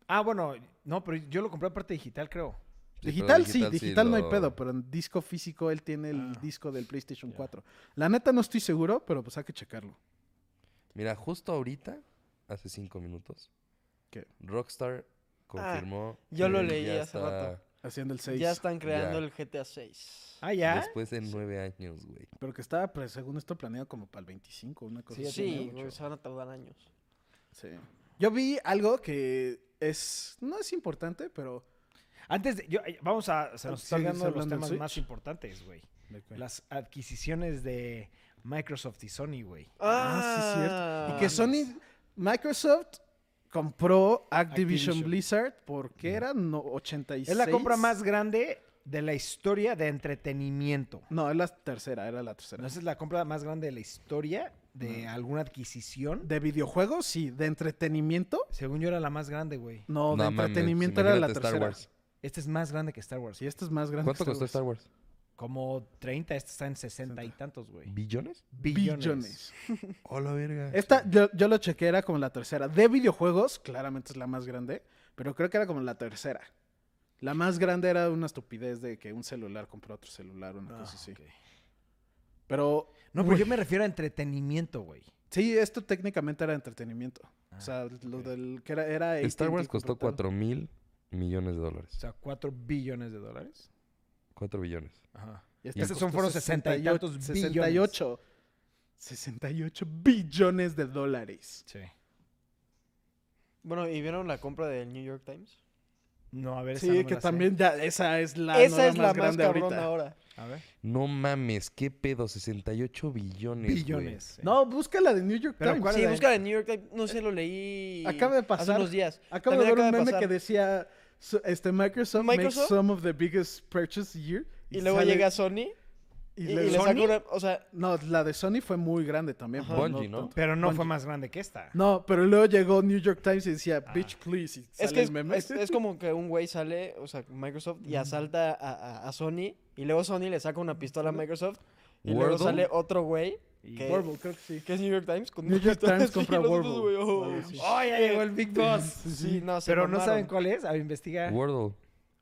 Ah, bueno, no, pero yo lo compré aparte digital, creo.
Sí,
digital,
pero
sí, digital no hay
lo-
pedo, pues. pero en disco físico él tiene el
Ah,
disco del PlayStation
ya.
4. La neta no estoy seguro, pero pues hay que checarlo.
Mira, justo ahorita, hace 5 minutos,
¿Qué? Ah,
Rockstar confirmó.
yo lo
él
leí
ya
hace
está-
rato.
Haciendo el 6.
Ya están creando
Ya.
el GTA 6.
Ah, ya.
Después de 9 años, güey.
Pero que estaba, pues, según esto, planeado como para el 25, una cosa
ya
así,
sí,
¿no?
güey, se van a tardar años.
Sí. Yo vi algo que es. No es importante, pero.
Antes, de- yo- ay, vamos a. Se nos
Sí,
están dando los
hablando del
temas
Switch.
más importantes, güey. Las adquisiciones de Microsoft y Sony, güey.
Ah, Y que
son
Sony. Microsoft compró Activision,
Activision.
Blizzard porque eran no, 86.
Es la compra más grande de la historia de entretenimiento.
No, es la tercera, era la tercera.
¿No es la compra más grande de la historia de alguna adquisición?
De videojuegos, sí. De entretenimiento,
Según yo era la más grande, güey.
no. de
mames,
entretenimiento era la
imagínate Star
tercera.
Wars.
Este es más grande que Star Wars.
Sí, esta es más grande.
¿Cuánto
que
costó Star Wars?
Como 30, este está en 60 y tantos, güey.
¿Billones?
Billones.
Billones.
Hola, verga.
Esta, yo, yo lo chequé, era como la tercera. De videojuegos, claramente es la más grande, pero creo que era como la tercera. La más grande era una estupidez de que un celular compró otro celular, una
Ah,
cosa así.
ok.
Pero
No, pero yo me refiero a entretenimiento, güey.
sí, esto técnicamente era entretenimiento. o sea, lo
Ah, ok.
del que era... era
Star
AT&T
Wars costó
compró todo.
4 mil millones de
O
dólares.
sea, 4 billones de dólares.
4 billones.
Ajá.
Y este
Estos
costó
son fueron 60 y
68
tantos
68. 68 billones de dólares.
Sí.
Bueno, ¿y vieron la compra del New York Times?
No, a ver, esa no
Sí,
me
que
la sé.
también ya, esa es Ah, la...
Esa
nueva
es la más,
grande
cabrona
ahorita.
ahora.
A ver.
No mames, qué pedo, 68 billones. güey.
Billones. sí.
No, busca la de New York
Pero
Times.
¿cuál
Sí,
era?
busca el New York Times. No sé, lo leí
Acaba de
hace
pasar.
unos días.
Acabo
También
de ver un
acaba de
meme que
pasar.
decía so- este, Microsoft, makes
¿Microsoft?
some of the biggest purchase year.
Y luego
sale-
llega Sony
y
y,
le-
y le
¿Sony?
saca una... O sea,
No, la de Sony fue muy grande también.
Ajá.
pero
Bungie, ¿no?
tanto.
Pero no fue
Bungie.
más grande que esta.
No, pero luego llegó New York Times y decía,
Ah.
bitch, please. y
es
sale
que
el
es,
meme.
es- es como que un güey sale, o sea, Microsoft, y asalta a, a- a Sony. Y luego Sony le saca una pistola a Microsoft. Y luego
Wordle.
sale otro güey.
Y-
Que,
Warble, creo que sí.
que es New York Times. Con
New York
pistola
Times
así, y
compra
los otros, güey,
Warble.
oh,
o algo así.
¡Oh, ya llegó el Big Boss!
Sí, no, se
Pero no
mamaron.
saben cuál es. A ver, investiga.
Wordle.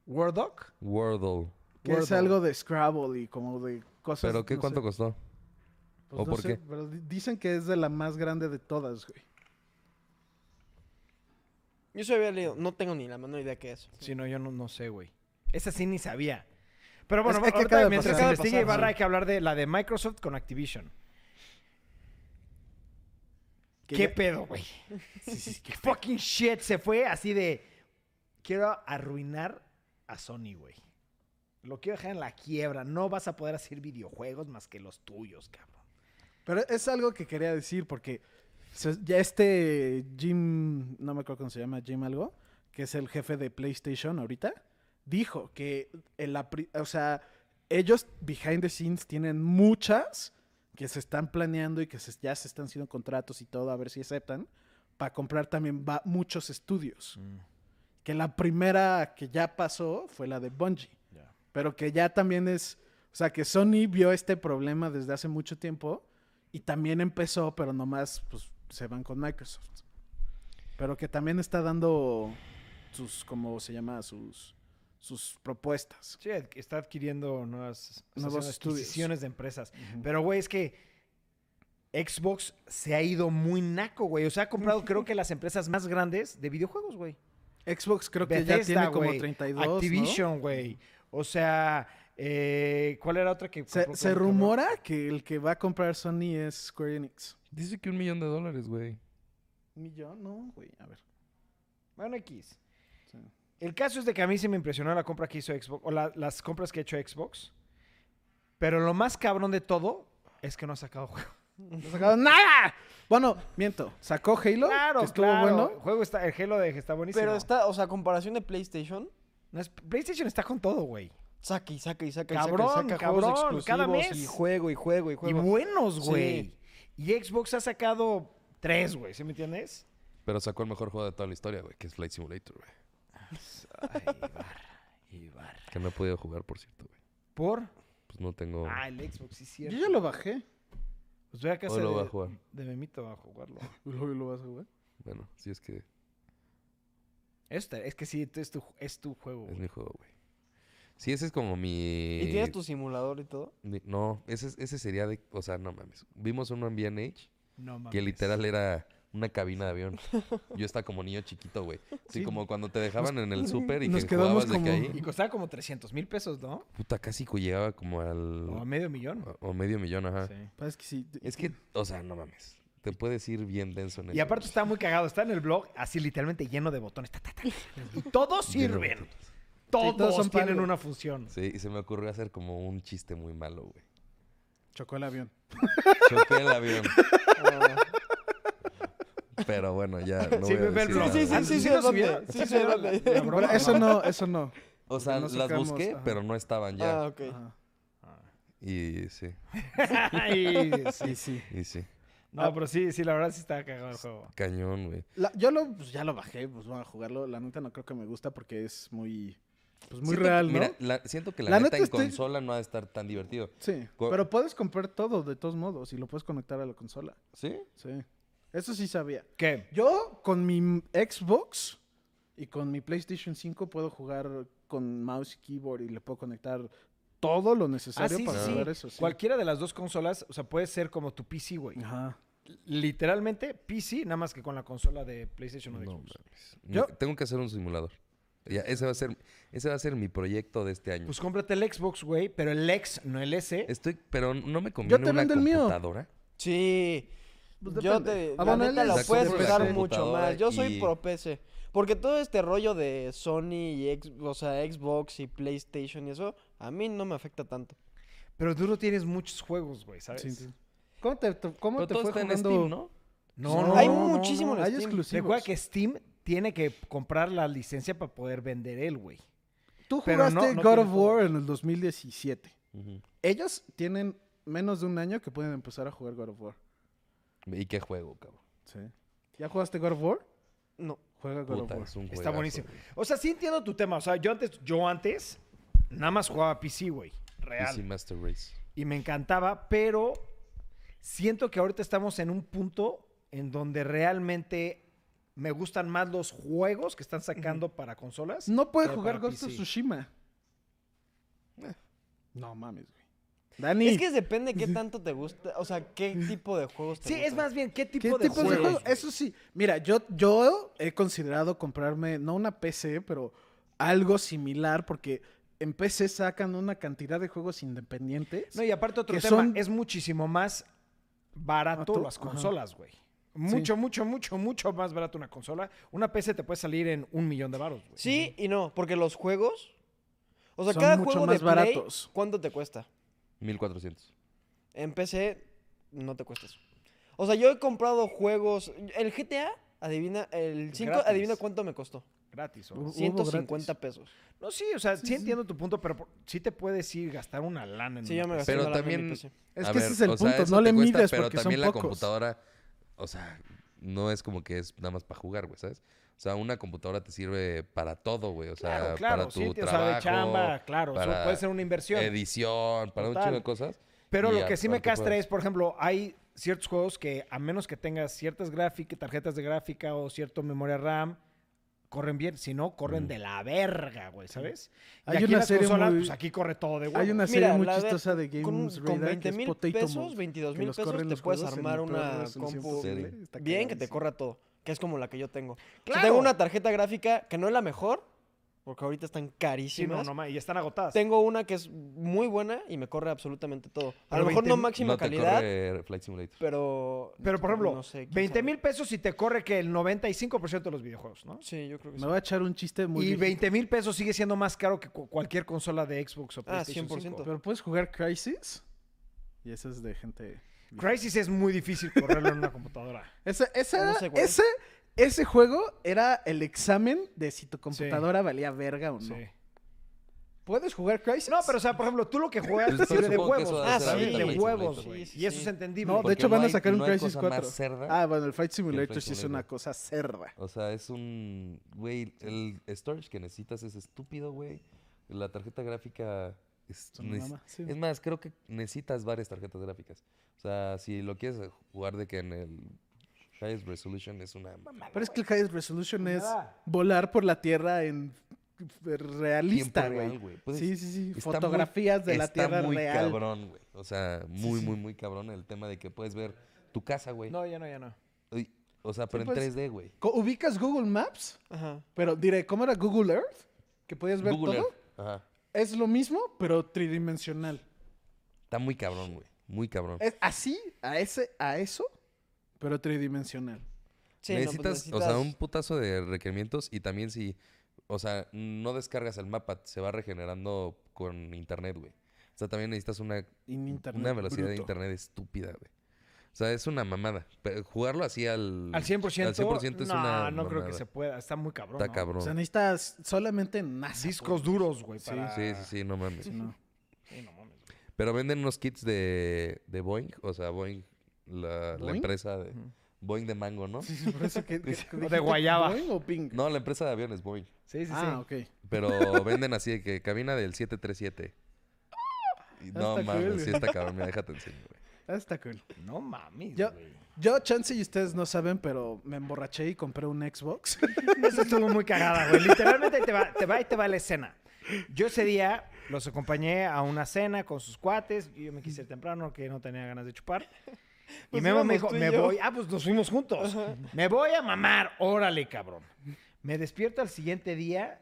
¿Wardock?
Wordle.
Que es
Wordle.
algo de Scrabble y como de cosas.
¿Pero qué
no
cuánto
sé.
costó?
Pues
¿O
no
por
sé,
qué?
Pero di- dicen que es de la más grande de todas, güey.
Yo se había leído. No tengo ni la menor idea qué es.
Si no, yo no, no sé, güey. Esa sí ni sabía. Pero bueno,
Es- es que
ahorita
acaba de
mientras
pasar.
investigue
Acaba de pasar,
Ibarra
sí.
hay que hablar de la de Microsoft con Activision.
Que
¿Qué
ya-
pedo, güey? ¿Qué fucking shit se fue así de... Quiero arruinar a Sony, güey. Lo quiero dejar en la quiebra. No vas a poder hacer videojuegos más que los tuyos, cabrón.
Pero es algo que quería decir porque se- ya este Jim, no me acuerdo cómo se llama, Jim algo, que es el jefe de PlayStation ahorita, dijo que en la, pri- o sea, ellos behind the scenes tienen muchas que se están planeando y que se- ya se están haciendo contratos y todo a ver si aceptan, para comprar también va- muchos estudios.
Mm.
Que la primera que ya pasó fue la de Bungie.
Ya.
Pero que ya también es. O sea, que Sony vio este problema desde hace mucho tiempo y también empezó, pero nomás pues, se van con Microsoft. Pero que también está dando sus, ¿cómo se llama? Sus, sus propuestas.
Sí, ad- está adquiriendo nuevas o sea,
Nuevos
haciendo
estudios.
adquisiciones de empresas. Pero, güey, es que Xbox se ha ido muy naco, güey. O sea, ha comprado, creo que las empresas más grandes de videojuegos, güey.
Xbox creo que ya
Bethesda,
tiene como
güey.
32. ¿no?
Activision, güey. O sea, eh, ¿cuál era otra que
Se,
compró
se
con-
rumora que el que va a comprar Sony es Square Enix.
Dice que un millón de dólares, güey.
¿Un millón? No, güey. A ver.
Bueno, X.
Sí.
El caso es de que a mí se me impresionó la compra que hizo Xbox, o la- las compras que ha hecho Xbox. Pero lo más cabrón de todo es que no ha sacado juego.
No sacaron nada. Bueno, miento. Sacó Halo. que estuvo
El
bueno.
juego está, el Halo de está buenísimo.
Pero está, o sea, a comparación de PlayStation,
No, es- PlayStation está con todo, güey.
saca y saca y saca y
Cabrón,
saca, y saca
cabrón,
juegos
cada
exclusivos
mes.
y juego y juego y
Y
juego.
buenos,
Sí.
güey. Y Xbox ha sacado tres, güey. ¿Sí me entiendes?
Pero sacó el mejor juego de toda la historia, güey, que es Flight Simulator, güey.
Ay, Ibar, Ibar.
Que no he podido jugar, por cierto, güey.
¿Por?
Pues no tengo...
Ah, el Xbox, sí, es cierto.
Yo ya lo bajé.
Pues voy a casa
Hoy lo
de,
voy a jugar.
de Memito a jugarlo.
Luego lo vas a jugar.
Bueno, sí es que
Esto, Este, es que sí, es tu, es tu juego.
es
güey.
mi juego, güey. Sí, ese es como mi...
¿Y tienes tu simulador y todo?
mi- No, ese, es- ese sería de... O sea, no mames. Vimos uno en B&H
No mames.
que literal era una cabina de avión. Yo estaba como niño chiquito, güey. Sí,
Sí.
como cuando te dejaban en el súper y
nos
que
quedamos
jugabas de que
como-
Y
ahí...
costaba como 300 mil pesos, ¿no?
Puta, casi que llegaba como al...
O medio millón.
o- o medio millón, ajá.
Sí.
Pero Pues es que sí.
Es que, o sea, no mames. Te puedes ir bien denso en
Y
eso,
aparte
güey.
está muy cagado. Está en el blog así literalmente lleno de botones. ta, ta, ta, y todos
Lleno de
sirven.
botones.
Todos,
Sí, todos son
tienen
palo.
una función.
Sí, y se me ocurrió hacer como un chiste muy malo, güey.
Chocó el avión.
Choqué el avión.
Ah,
Pero bueno, ya no
Sí,
voy a
ve el
decir
blog.
nada.
sí, sí,
Ah,
sí,
sí
sí,
lo
es donde-
subieron.
sí, sí, es donde-
La broma,
Pero eso no, eso no.
O sea,
Porque no
las
sacamos,
busqué,
ajá.
pero no estaban ya.
Ah, ok.
Ajá.
Y sí,
Ay, sí.
Sí, sí.
y sí.
No, pero sí, sí, la verdad sí está cagado el juego.
Cañón, güey.
La- yo lo, pues, ya lo bajé, pues voy a jugarlo. La neta no creo que me gusta porque es muy, pues muy
Siento-
real, ¿no?
Mira, la- siento que la,
La
neta,
neta
en
estoy-
consola no ha de estar tan divertido.
Sí.
Co-
Pero puedes comprar todo, de todos modos, y lo puedes conectar a la consola.
¿Sí?
Sí. Eso sí sabía.
¿Qué?
Yo con mi m- Xbox y con mi PlayStation 5 puedo jugar con mouse y keyboard y le puedo conectar todo lo
Ah,
necesario
sí,
para
sí.
jugar eso. sí.
Cualquiera de las dos consolas, o sea, puede ser como tu PC, güey.
Ajá.
Literalmente PC, nada más que con la consola de PlayStation o de
No
Xbox.
mames. Me-
Yo-
Tengo que hacer un simulador. Ya, ese va a ser, ese va a ser mi proyecto de este año.
Pues cómprate el Xbox, güey, pero el X, no el S.
Estoy, pero no me conviene
te
una
vendo el mío.
computadora.
Sí.
Pues
Yo
depende.
te.
Ah,
la
bueno,
neta
él
lo
es-
puedes
Exacto,
usar
la
mucho
computadora
más. Yo soy
y-
pro PC. Porque todo este rollo de Sony y ex- o sea, Xbox y PlayStation y eso, a mí no me afecta tanto.
Pero tú no tienes muchos juegos, güey, ¿sabes?
Sí, sí. ¿Cómo te, te- cómo
Pero
te
todo
fue
está en
jugando?
Steam, ¿no?
No,
No,
no,
Hay
no, no,
muchísimo
no.
en
Hay
Steam.
exclusivos.
Recuerda que Steam tiene que comprar la licencia para poder vender él, güey.
Tú
pero no-
jugaste
no
God
tiene
of War en el 2017.
Ujú.
Ellos tienen menos de un año que pueden empezar a jugar God of War.
¿Y qué juego, cabrón?
Sí. ¿Ya jugaste God of War?
No.
Juega God
Puta,
of War.
es un
pues, Está
juegazo,
buenísimo.
güey.
O sea, sí entiendo tu tema. O sea, yo antes, yo antes nada más jugaba PC, güey. Real.
PC Master Race.
y me encantaba, pero siento que ahorita estamos en un punto en donde realmente me gustan más los juegos que están sacando para consolas.
No puede
que
jugar
para
Ghost of
PC.
Tsushima. Eh, No mames, güey. Dani.
Es que depende qué tanto te gusta. O sea, qué tipo de juegos te
Sí, es
gustan.
más bien, ¿qué tipo
¿Qué
de
tipo de
juegos?
juego?
güey?
Eso sí. Mira, yo, yo he considerado comprarme, no una PC, pero algo similar, porque en PC sacan una cantidad de juegos independientes.
No, y aparte otro
que
tema,
son-
es muchísimo más barato
Barato,
las
ajá.
consolas, güey. Mucho, mucho, mucho, mucho más barato una consola. Una PC te puede salir en un millón de baros, güey.
Sí y no, porque los juegos. O sea,
Son
cada
mucho
juego
más
de Play,
baratos.
¿cuánto te cuesta?
1400.
En PC no te cuesta eso. O sea, yo he comprado juegos. El GTA, adivina, el 5,
Gratis.
adivina cuánto me costó.
Gratis, ¿o?
Hubo gratis.
150 pesos.
No, sí, o sea, sí, entiendo tu punto, pero por- sí te puedes ir gastar una lana en
Sí,
una
yo me
PC.
gasté
Pero
una lana en mi
también-
PC.
A
Es que
ver,
ese es el
o sea,
punto,
eso
no
te
le
cuesta,
mides
Pero
porque son
también la
pocos.
computadora, o sea, no es como que es nada más para jugar, güey, ¿sabes? O sea, una computadora te sirve para todo, güey. O sea,
Claro, claro,
para tu
sí, o sea, de
trabajo.
chamba, claro, o sea, puede ser una inversión.
Edición, para un
Total.
chingo de cosas.
Pero
y
lo
a-
que sí me
ahorita
castra
puedes-
es, por ejemplo, hay ciertos juegos que a menos que tengas ciertas gráficas, tarjetas de gráfica o cierto memoria RAM, corren bien. Si no, corren
Mm.
de la verga, güey, ¿sabes? Y
Hay
aquí
una
en las
serie
consolas,
muy-
pues aquí corre todo de
Hay
huevo.
una serie
Mira,
muy
la de-
chistosa de Games
Con,
Radar
con
que
20
es
mil
Potato
pesos,
Mode,
22
que
mil
los
pesos,
corren
te
los
puedes
juegos en
armar
Pro
una
Resolution
compu
100%,
Sí.
está
bien que te
cagadísimo.
corra todo, que es como la que yo tengo. Si
¡Claro!
tengo una tarjeta gráfica que no es la mejor, porque ahorita están
Sí, no,
carísimas.
no, ma- y están agotadas.
Tengo una que es muy buena y me corre absolutamente todo. A
Pero
lo mejor
20,000
no máxima
no te
calidad,
corre Flight Simulator.
pero...
Pero, por ejemplo,
no sé, quién
20
sabe.
mil pesos y te corre que el 95% de los videojuegos, ¿no?
Sí, yo creo que
Me
sí.
voy a echar un chiste muy
y
viejo.
20 mil pesos sigue siendo más caro que cu- cualquier consola de Xbox o
Ah,
PlayStation 100%.
100%.
Pero puedes jugar Crisis. Y esa es de gente.
Crisis es muy difícil correrlo en una computadora.
Esa, esa
No
era-
sé cuál es.
ese, ese juego era el examen de si tu computadora valía verga o no.
Sí.
¿Puedes jugar Crisis?
No, pero o sea, por ejemplo, tú lo que juegas te
Pero
sirve de
supongo que eso
huevos.
ha de ser
Ah, sí,
ahorita
de
el
huevos,
Simulator.
güey.
Sí, sí,
Y eso
sí.
es entendible.
No, de
Porque
hecho van a
hay-
sacar un
no hay
Crisis
cosa más
4.
cerda
Ah, bueno, el Flight
Simulator.
Simulator sí es una cosa cerda.
O sea, es un. Güey, el storage que necesitas es estúpido, güey. La tarjeta gráfica. Es,
Es una
neces-
mamá, sí.
es más, creo que necesitas varias tarjetas gráficas. O sea, si lo quieres jugar de que en el Highest Resolution es una mamada.
Pero es que el Highest Resolution
Pues
es
nada.
volar por la Tierra en
Tiempo
realista,
real,
güey.
güey. Pues,
sí, sí, sí.
está muy-
Fotografías de la
está
Tierra
muy
real.
cabrón, güey. O sea, muy, muy, muy cabrón el tema de que puedes ver tu casa, güey.
No, ya no, ya no.
Uy, O sea, pero
pues,
en 3D, güey.
Co- ¿Ubicas Google Maps?
Ajá.
Pero diré, ¿cómo era Google Earth? Que podías pues, ver
Google
todo.
Earth. Ajá.
Es lo mismo, pero tridimensional.
Está muy cabrón, güey. Muy cabrón.
Es así, a ese, a eso, pero tridimensional.
Sí, no, pues
necesitas, o sea,
necesitas-
un putazo de requerimientos y también si, o sea, no descargas el mapa, se va regenerando con internet, güey. O sea, también necesitas una,
En internet.
una velocidad de
bruto.
internet estúpida, güey. O sea, es una mamada. Pero jugarlo así al...
Al 100%,
al 100%
no,
es una
no creo que
mamada.
se pueda. Está muy cabrón.
Está
¿no?
cabrón.
O sea, necesitas solamente NASA.
Discos duros, güey.
Sí.
para-
Sí, sí, sí, no mames.
Sí, no.
Sí, no mames, güey.
Pero venden unos kits de, de Boeing, o sea, Boeing, la, la
¿Boeing?
empresa de...
Ujú.
Boeing de mango, ¿no?
Por eso que- que- que
de
dijiste
guayaba.
Boeing o Ping?
No, la empresa de aviones, Boeing.
Sí, sí, sí.
ah, ok.
Pero venden así de que cabina del 737. Y no
Está cool,
mames, sí
güey.
está cabrón, mira, déjate enseñar, güey.
Ah, Está cool.
No mames,
Yo-
güey.
Yo, chance, y ustedes no saben, pero me emborraché y compré un Xbox.
Eso estuvo muy cagada, güey. Literalmente te va, te va y te va la escena. Yo ese día los acompañé a una cena con sus cuates. y Yo me quise ir temprano, que no tenía ganas de chupar. Y
Pues
Memo me
íbamos
dijo,
tú y
me
yo".
voy. Ah, pues nos fuimos juntos. Me voy a mamar. Órale, cabrón. Me despierto al siguiente día.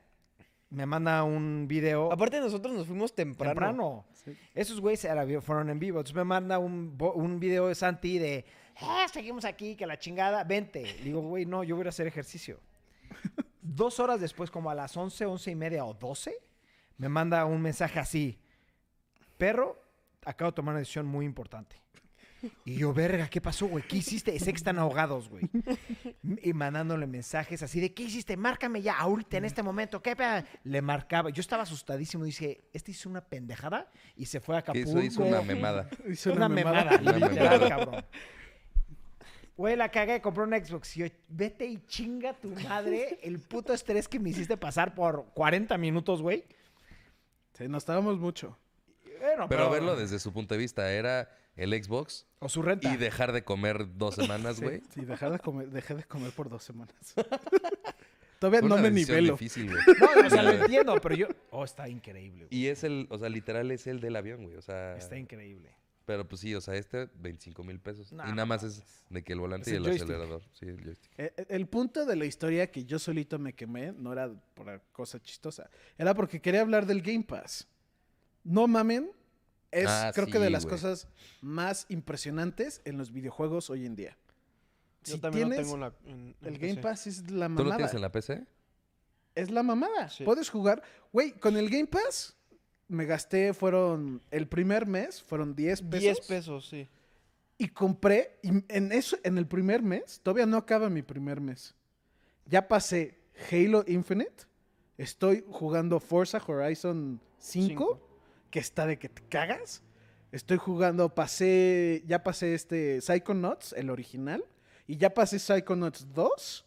Me manda un video
Aparte nosotros nos fuimos temprano.
temprano. Esos güeyes a la vi- fueron en vivo. Entonces me manda un, vo- un video de Santi de, "Ah, seguimos aquí, que la chingada, vente. Le digo, güey, no, yo voy a ir a hacer ejercicio. Dos horas después, como a las 11, 11 y media o 12, me manda un mensaje así. Perro, acabo de tomar una decisión muy importante. Y yo, verga, ¿qué pasó, güey? ¿Qué hiciste? Sé que están ahogados, güey. Y mandándole mensajes así de, ¿qué hiciste? Márcame ya, ahorita, en este momento. ¿Qué? pe-?" Le marcaba. Yo estaba asustadísimo. Dije, este hizo una pendejada y se fue a
Que
Acapulco.
Eso hizo una memada.
Hice
Una, memada,
Una
literal,
memada.
cabrón. Güey, la cagué, compré un Xbox. Y yo, vete y chinga tu madre el puto estrés que me hiciste pasar por 40 minutos, güey.
Sí, nos estábamos mucho.
Bueno,
Pero verlo desde su punto de vista era el Xbox
O su renta.
y dejar de comer dos semanas, güey.
Sí, dejar de comer, dejé de comer por dos semanas. Todavía
Fue
no
una
me
decisión
nivelo.
difícil, güey.
No, o sea, lo entiendo, pero yo... Oh, está increíble, güey.
Y es el, o sea, literal es el del avión, güey. O sea,
Está increíble.
pero pues sí, o sea, este 25 mil pesos.
No,
y nada más es de que el volante
Es
y
el
el
joystick.
acelerador. Sí, el joystick.
Eh, eh, El punto de la historia que yo solito me quemé no era por cosa chistosa. Era porque quería hablar del Game Pass. No mamen, es
Ah,
creo que de
sí,
las
güey.
cosas más impresionantes en los videojuegos hoy en día.
Yo
Si
también lo
tienes
tengo en la... en- en
el Game
PC.
Pass es la
¿Tú lo tienes
mamada.
en la PC?
Es la mamada.
Sí.
Puedes jugar. Güey, con el Game Pass me gasté, fueron, el primer mes fueron 10 pesos.
10 pesos, sí.
Y compré, y en, eso, en el primer mes, todavía no acaba mi primer mes. Ya pasé Halo Infinite, estoy jugando Forza Horizon 5,
Cinco.
que está de que te cagas. Estoy jugando, pasé, ya pasé este Psychonauts, el original, y ya pasé Psychonauts 2,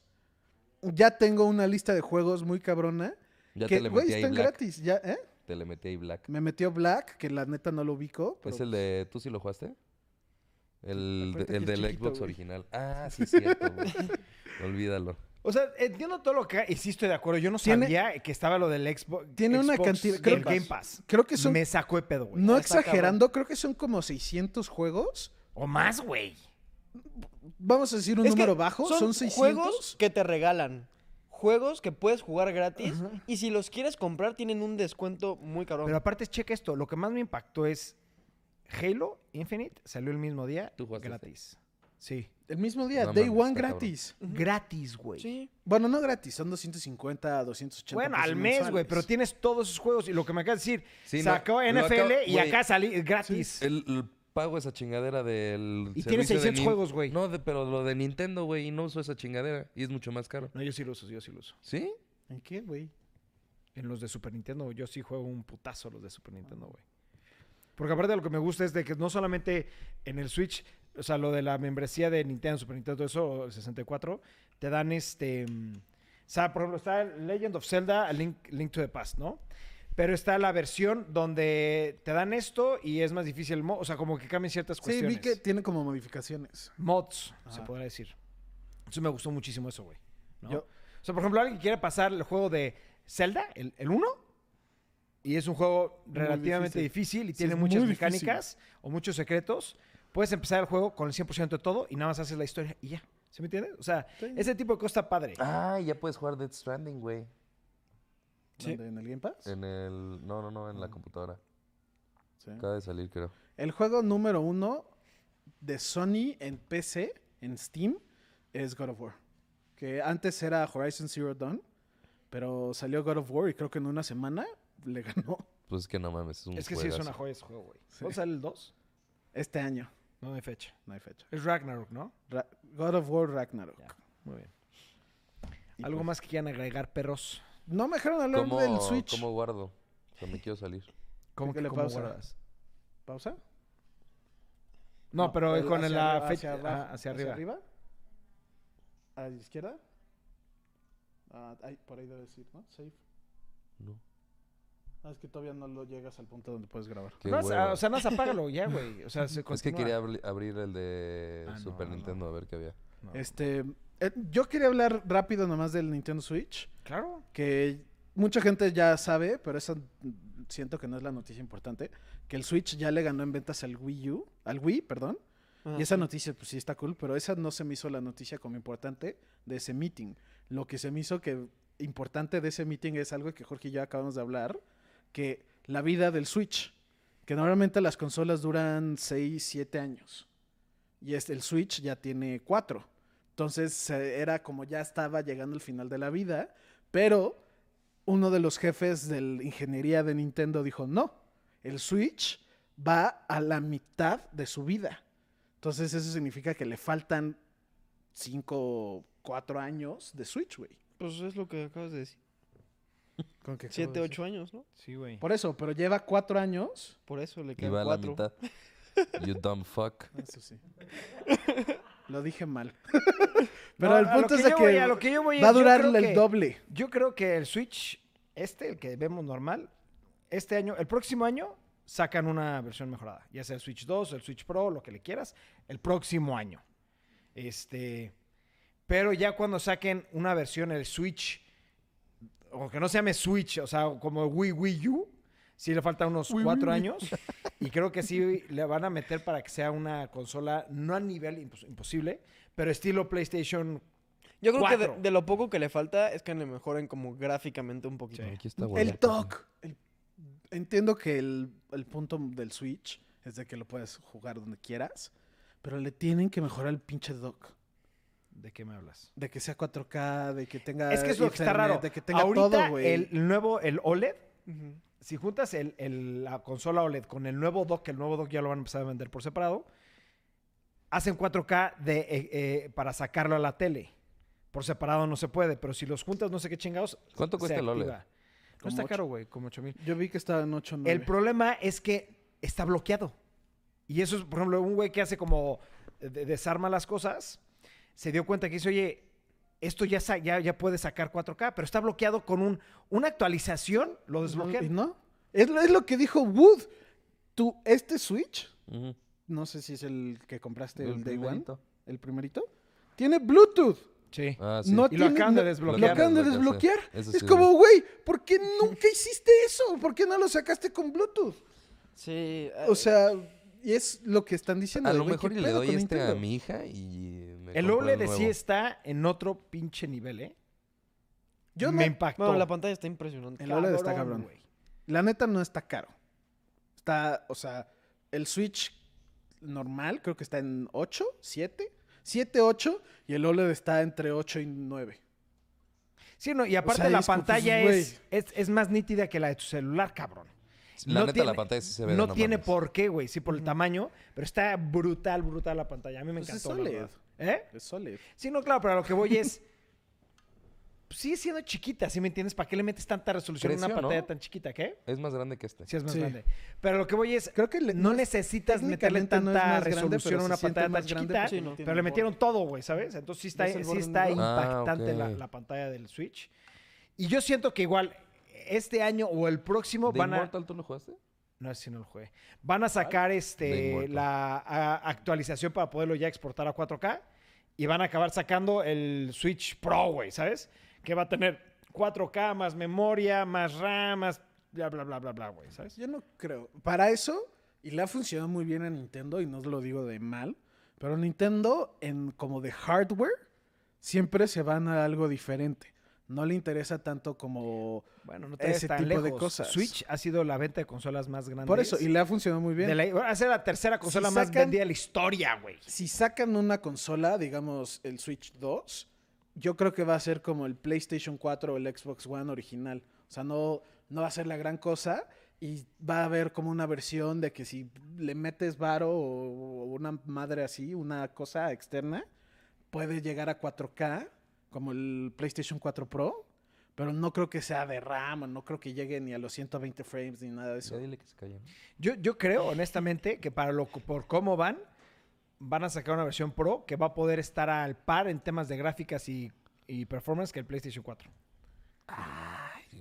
ya tengo una lista de juegos muy cabrona.
Ya
que,
te le
güey,
metí ahí
están
Black.
gratis. Ya, ¿eh?
Te le metí ahí Black.
Me metió Black, que la neta no lo ubico. pero
¿Es Pues el de. ¿Tú sí lo jugaste? El,
Acuérdate
de- el
que es
del
chiquito,
Xbox
güey.
original. Ah, sí, es cierto, güey. Olvídalo.
O sea, entiendo todo lo que... Y sí estoy de acuerdo. Yo no
Tiene-
sabía que estaba lo del Xbox.
Tiene una
Xbox
cantidad-
y
creo
el
que-
Game Pass.
Creo que son,
Me sacó de pedo, güey.
no
está cabrón.
exagerando, creo que son como 600 juegos.
O más, güey.
Vamos a decir un
Es que
número bajo, son, 600.
juegos que te regalan. Juegos que puedes jugar gratis. Y si los quieres comprar, tienen un descuento muy cabrón.
Pero aparte, checa esto. Lo que más me impactó es Halo Infinite salió el mismo día
¿Tú jugaste este?
gratis. Sí.
El mismo día,
No
Day
mames,
One
está cabrón.
gratis.
Gratis, güey.
sí.
Bueno, no gratis, son 250, 280
Bueno,
pesos
al mes, güey,
mensuales.
pero tienes todos esos juegos. Y lo que me acabas de decir,
Sí, no, lo
sacó NFL
acabo-
y
güey,
acá salí gratis.
El, el pago esa chingadera del.
Y tiene
servicio de
600
Nin-
juegos, güey.
No, de- pero lo de Nintendo, güey, y no uso esa chingadera. Y es mucho más caro.
No, yo sí lo uso, yo sí lo uso.
¿Sí?
¿En qué, güey?
En los de Super Nintendo, yo sí juego un putazo los de Super Nintendo, güey. Porque aparte lo que me gusta es de que no solamente en el Switch, o sea, lo de la membresía de Nintendo, Super Nintendo, todo eso, o el 64, te dan este... mm, O sea, por ejemplo, está Legend of Zelda, A Link, Link to the Past, ¿no? Pero está la versión donde te dan esto y es más difícil, el mo- o sea, como que cambian ciertas
Sí,
cuestiones.
vi que tiene como modificaciones.
mods, se
Ajá.
podrá decir. Eso me gustó muchísimo eso, güey. ¿no?
Yo-
O sea, por ejemplo, alguien quiere pasar el juego de Zelda, el, el 1, y es un juego
Muy
relativamente difícil, y
Sí,
tiene
es
muchas
muy difícil.
mecánicas o muchos secretos. Puedes empezar el juego con el 100% de todo y nada más haces la historia y ya. ¿Se me entiende? O sea,
Sí.
ese tipo de cosa está padre.
Ah, ya puedes jugar Dead Stranding, güey.
Sí.
¿Dónde? ¿En el Game Pass?
En el. No, no, no, en la computadora.
Sí.
¿Eh?
Acaba de salir, creo.
El juego número uno de Sony en PC, en Steam, es God of War. Que antes era Horizon Zero Dawn, pero salió God of War y creo que en una semana le ganó
Pues es que no mames, es un
es que sí es una
juegazo.
joya ese juego, güey.
Sí.
¿Cuándo sale el 2?
este año.
No hay fecha.
No hay fecha.
Es Ragnarok, ¿no?
Ra- God of War Ragnarok.
Ya. Muy bien.
Y
¿Algo
pues-
más que quieran agregar, perros?
No me dejaron hablar
¿Cómo,
del Switch.
¿Cómo guardo? O sea, me quiero salir.
¿Cómo que
Pícale
cómo
pausa.
guardas?
¿Pausa?
No, pero
el-
con
hacia
la
arriba-
fecha
hacia,
ah,
abajo,
hacia arriba.
¿A la izquierda? Ah, ahí- por ahí debe decir, ¿no? Save.
No.
Ah, es que todavía no lo llegas al punto donde puedes grabar.
Qué
No, o sea,
hueva.
o sea, no se apágalo ya, güey. O sea,
es
se
que
continúa.
quería abri- abrir el de
Ah,
Super
no, no.
Nintendo a ver qué había.
No.
Este, eh, yo quería hablar rápido nomás del Nintendo Switch,
Claro.
que mucha gente ya sabe, pero eso mm, siento que no es la noticia importante, que el Switch ya le ganó en ventas al Wii U, al Wii, perdón.
Ah,
Y esa noticia, pues sí está cool, pero esa no se me hizo la noticia como importante de ese meeting. Lo que se me hizo que importante de ese meeting es algo que Jorge y yo acabamos de hablar, que la vida del Switch, que normalmente las consolas duran 6, 7 años, y este, el Switch ya tiene 4. Entonces eh, era como ya estaba llegando el final de la vida, pero uno de los jefes de la ingeniería de Nintendo dijo, no, el Switch va a la mitad de su vida. Entonces eso significa que le faltan 5, 4 años de Switch, güey.
Pues es lo que acabas de decir.
Con que acabo
Siete,
de decir.
ocho años, ¿no?
Sí, güey.
Por eso, pero lleva 4 años.
Por eso le
Y va
quedan
a la
cuatro.
mitad. You dumb fuck.
Ah,
Eso sí. Lo dije mal. pero el punto es de
yo
que
voy, a lo que yo voy
va a
es, yo
durar
creo
el
que-
doble.
Yo creo que el Switch, este, el que vemos normal, este año, el próximo año, sacan una versión mejorada. Ya sea el Switch 2, el Switch Pro, lo que le quieras. El próximo año. Este. Pero ya cuando saquen una versión, el Switch, o que no se llame Switch, o sea, como Wii Wii U, sí le faltan unos cuatro años. Y creo que sí le van a meter para que sea una consola, no a nivel impos- imposible, pero estilo PlayStation.
Yo creo que de,
Cuatro.
de lo poco que le falta es que le mejoren como gráficamente un poquito.
Sí.
Aquí está, güey.
El TOC. El- Entiendo que el, el punto del Switch es de que lo puedes jugar donde quieras, pero le tienen que mejorar el pinche dock.
¿De qué me hablas?
De que sea 4K, de que tenga.
Es que es lo que está
internet,
raro.
De que tenga
Ahorita,
todo, güey.
el nuevo, el OLED,
Ujú.
si juntas el, el- la consola OLED con el nuevo dock, el nuevo dock ya lo van a empezar a vender por separado, hacen 4K de, eh, eh, para sacarlo a la tele. Por separado no se puede, pero si los juntas no sé qué chingados,
¿Cuánto
se
cuesta el E OLED?
activa. No
Como
está
ocho.
caro, güey, como 8 mil.
Yo vi que estaba en 8
El problema es que está bloqueado. Y eso es, por ejemplo, un güey que hace como eh, de- desarma las cosas. se dio cuenta que dice, oye, esto ya, sa- ya, ya puede sacar 4K, pero está bloqueado con un, una actualización, lo
¿Y
desbloquean.
no? Es, lo- es lo que dijo Wood. Tú, este Switch,
Ujú.
no sé si es el que compraste el,
El
Day
primerito.
One, el primerito, tiene Bluetooth.
Sí.
Ah, sí.
No
Y lo
tiene-
acaban de
no-
desbloquear.
Lo acaban de
Desbloquear,
desbloquear.
sí. Eso
es
sí,
como, güey, ¿por qué nunca hiciste eso? ¿Por qué no lo sacaste con Bluetooth?
Sí.
O sea, y es lo que están diciendo.
A
de,
lo
güey,
mejor
¿qué
y le
pedo
doy
con
este a
Nintendo?
mi hija y me
El
compro
OLED sí
nuevo.
está en otro pinche nivel, ¿eh?
Yo
Me
no-
impactó.
Bueno, la pantalla está impresionante.
El OLED está cabrón.
güey.
La neta no está caro. Está, o sea, el Switch normal creo que está en 8, 7, 7, 8 y el OLED está entre 8 y 9.
Sí, no, y aparte
sea,
la
es como, pues,
pantalla
güey.
es, es, es más nítida que la de tu celular, cabrón.
La
No
neta, la
tiene-
pantalla sí se ve.
No, tiene
mames.
por qué, güey. Sí, por el tamaño, pero está brutal, brutal la pantalla. A mí me
Pues es
encantó. la
OLED.
verdad. ¿Eh?
Es OLED.
Sí, no, claro, pero a lo que voy es. pues, Sigue siendo chiquita, ¿sí me entiendes? ¿Para qué le metes tanta resolución a una
Creció, ¿no?
pantalla tan chiquita? ¿Qué?
Es más grande que este.
Sí, es más
Sí.
grande. Pero a lo que voy es.
Creo que le-
no
no es-
necesitas meterle
técnicamente no
tanta
es más grande,
resolución
pero
a
se
una
siente
pantalla tan
más grande
chiquita,
pues, porque
no
pero
tiene
le
borde.
metieron todo, güey, ¿sabes? Entonces sí está,
¿Ves el
sí
borde
está
negro?
Ah,
impactante la,
ok.
la pantalla del Switch. Y yo siento que igual este año o el próximo
¿De
van a...
Immortal tú lo jugaste?
No, ese sí no lo jugué. Van a sacar
De
este,
Immortal.
la a- actualización para poderlo ya exportar a 4K y van a acabar sacando el Switch Pro, güey, ¿sabes? Que va a tener 4K, más memoria, más RAM, más bla, bla, bla, bla, bla, güey, ¿sabes?
Yo no creo. Para eso, y le ha funcionado muy bien a Nintendo, y no os lo digo de mal, pero Nintendo, en como de hardware, siempre se van a algo diferente. No le interesa tanto como...
Bueno, no
no
te
te
ese
vayas tan
tipo de
lejos.
cosas. Switch
Switch
ha sido la venta de consolas más grande.
Por eso, y le ha funcionado muy bien.
va a ser la tercera consola más
sacan-
vendida de la historia, güey.
si sacan una consola, digamos el Switch 2, yo creo que va a ser como el PlayStation 4 o el Xbox One original. O sea, no, no va a ser la gran cosa y va a haber como una versión de que si le metes varo o, o una madre así, una cosa externa, puede llegar a 4K como el PlayStation 4 Pro. Pero no creo que sea de RAM, o no creo que llegue ni a los 120 frames ni nada de eso.
Ya dile que se calle. ¿no?
Yo, yo creo, honestamente, que para lo, por cómo van, van a sacar una versión Pro que va a poder estar al par en temas de gráficas y, y performance que el PlayStation 4.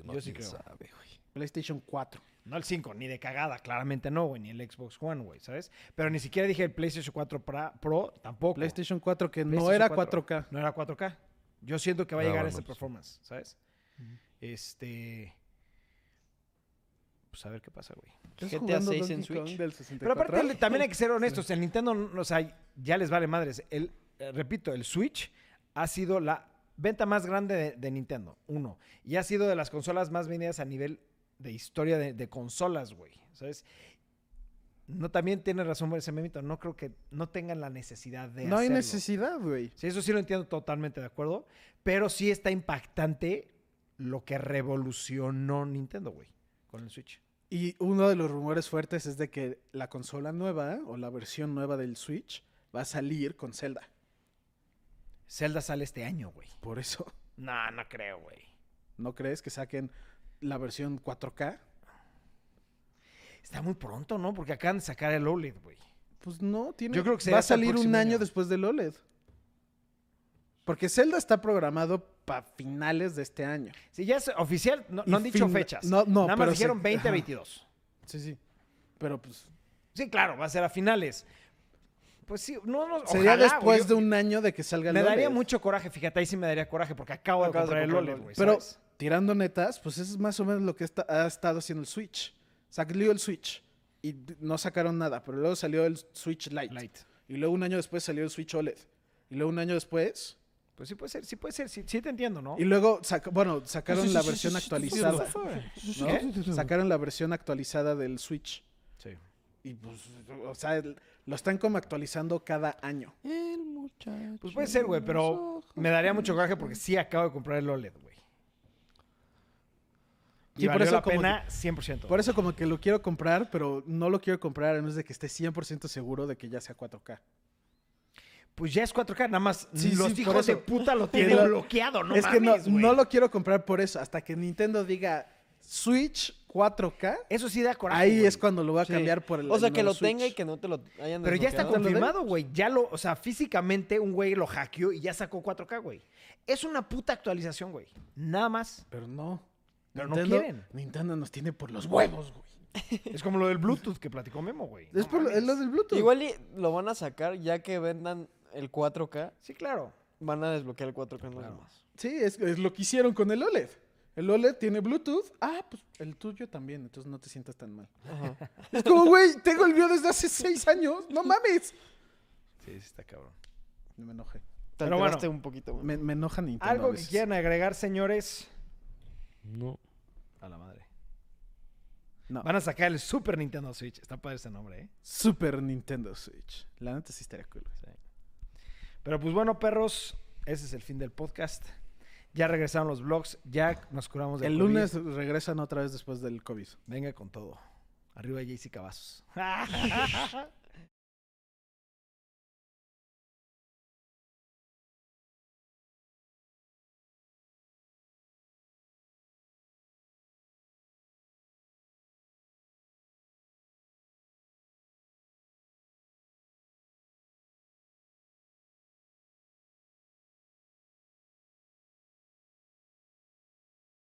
No,
Yo sí
quién
creo.
sabe, güey.
PlayStation 4.
No el 5, ni de cagada, claramente no, güey, ni el Xbox One, güey, ¿sabes? Pero ni siquiera dije el PlayStation 4 pra- Pro tampoco.
PlayStation 4 que no
PlayStation
era
4.
4K.
No era 4K. Yo siento que va a
Ah,
llegar a
bueno,
ese
pues sí.
performance, ¿sabes? Este. Pues a ver qué pasa, güey.
GTA jugando seis en Donkey Switch? Kong
Pero aparte, le- también hay que ser honestos. El Nintendo, no- o sea, ya les vale madres. El, eh, repito, el Switch ha sido la venta más grande de, de Nintendo, uno. Y ha sido de las consolas más vendidas a nivel de historia de, de consolas, güey. ¿Sabes? No, también tiene razón güey, ese memito. No creo que no tengan la necesidad de
No hay
hacerlo.
necesidad, güey.
Sí, eso sí lo entiendo totalmente de acuerdo. Pero sí está impactante lo que revolucionó Nintendo, güey, con el Switch.
Y uno de los rumores fuertes es de que la consola nueva o la versión nueva del Switch va a salir con Zelda.
Zelda sale este año, güey.
Por eso,
No, no creo, güey.
¿no crees que saquen la versión 4K?
Está muy pronto, ¿no? Porque acaban de sacar el OLED, güey.
Pues no, tiene.
Yo creo que será
va a
hasta el
salir un
próximo año.
año después del OLED. Porque Zelda está programado para finales de este año.
Sí, ya es oficial, no,
Y
no han dicho
fin-
fechas.
no, no,
Nada más
pero se-
dijeron
ajá.
2022.
Sí, sí. Pero pues
Sí, claro, va a ser a finales. Pues sí, no, no
sería
ojalá,
después
güey.
de un año de que salga el E
Me daría
OLED.
mucho coraje, fíjate, ahí sí me daría coraje porque acabo de
Acabas de
comprar,
comprar el E
el OLED,
OLED.
güey.
Pero
¿sabes?
tirando netas, pues eso es más o menos lo que esta- ha estado haciendo el Switch. Salió el Switch y d- no sacaron nada, pero luego salió el Switch Lite.
Lite.
Y luego un año después salió el Switch OLED. Y luego un año después.
Pues sí puede ser, sí puede ser, sí, sí te entiendo, ¿no?
Y luego, saca- bueno, sacaron la versión actualizada. ¿no?
¿Eh?
Sacaron la versión actualizada del Switch.
Sí.
Y pues, o sea, el- lo están como actualizando cada año.
El muchacho.
Pues puede ser, güey, pero me daría mucho coraje porque sí acabo de comprar el OLED, güey. Y
Sí, por
valió
eso
la
como
pena 100%.
Por eso como que lo quiero comprar, pero no lo quiero comprar a menos de que esté 100% seguro de que ya sea 4K.
Pues ya es 4K, nada más
Sí,
los
sí, por
hijos de
eso.
puta lo tienen
Pero-
bloqueado, no
es que no,
mames, güey.
no lo quiero comprar por eso. Hasta que Nintendo diga Switch 4K,
Eso sí da coraje.
ahí
güey.
es cuando lo va a
Sí.
cambiar por el
O sea,
el
que
nuevo
lo tenga y
Switch.
que no te lo hayan
Pero ya está
desbloqueado.
confirmado, güey. Ya lo, o sea, físicamente un güey lo hackeó y ya sacó 4K, güey. Es una puta actualización, güey. Nada más.
Pero no.
Pero no quieren.
Nintendo nos tiene por los huevos, güey.
Es como lo del Bluetooth que platicó Memo, güey.
Es,
No
por, es
mames.
lo del Bluetooth.
Igual y lo van a sacar ya que vendan el 4K.
Sí, claro.
Van a desbloquear el 4K nada más.
Sí, es, es lo que hicieron con el OLED. El OLED tiene Bluetooth. Ah, pues el tuyo también, entonces no te sientas tan mal.
Ajá.
Es como, güey, tengo el mío desde hace seis años. No mames.
Sí, sí está cabrón.
Me enojé.
Te
Pero bueno.
alteraste un poquito, güey.
Me, me enoja Nintendo. a
Algo que
veces.
quieran agregar, señores.
No.
A la madre.
No.
Van a sacar el Super Nintendo Switch. Está padre ese nombre, ¿eh?
Super Nintendo Switch. La neta sí estaría cool.
Pero pues bueno, perros, ese es el fin del podcast. Ya regresaron los vlogs, ya nos curamos del
El
COVID.
lunes regresan otra vez después del COVID.
Venga con todo. Arriba JC Cavazos.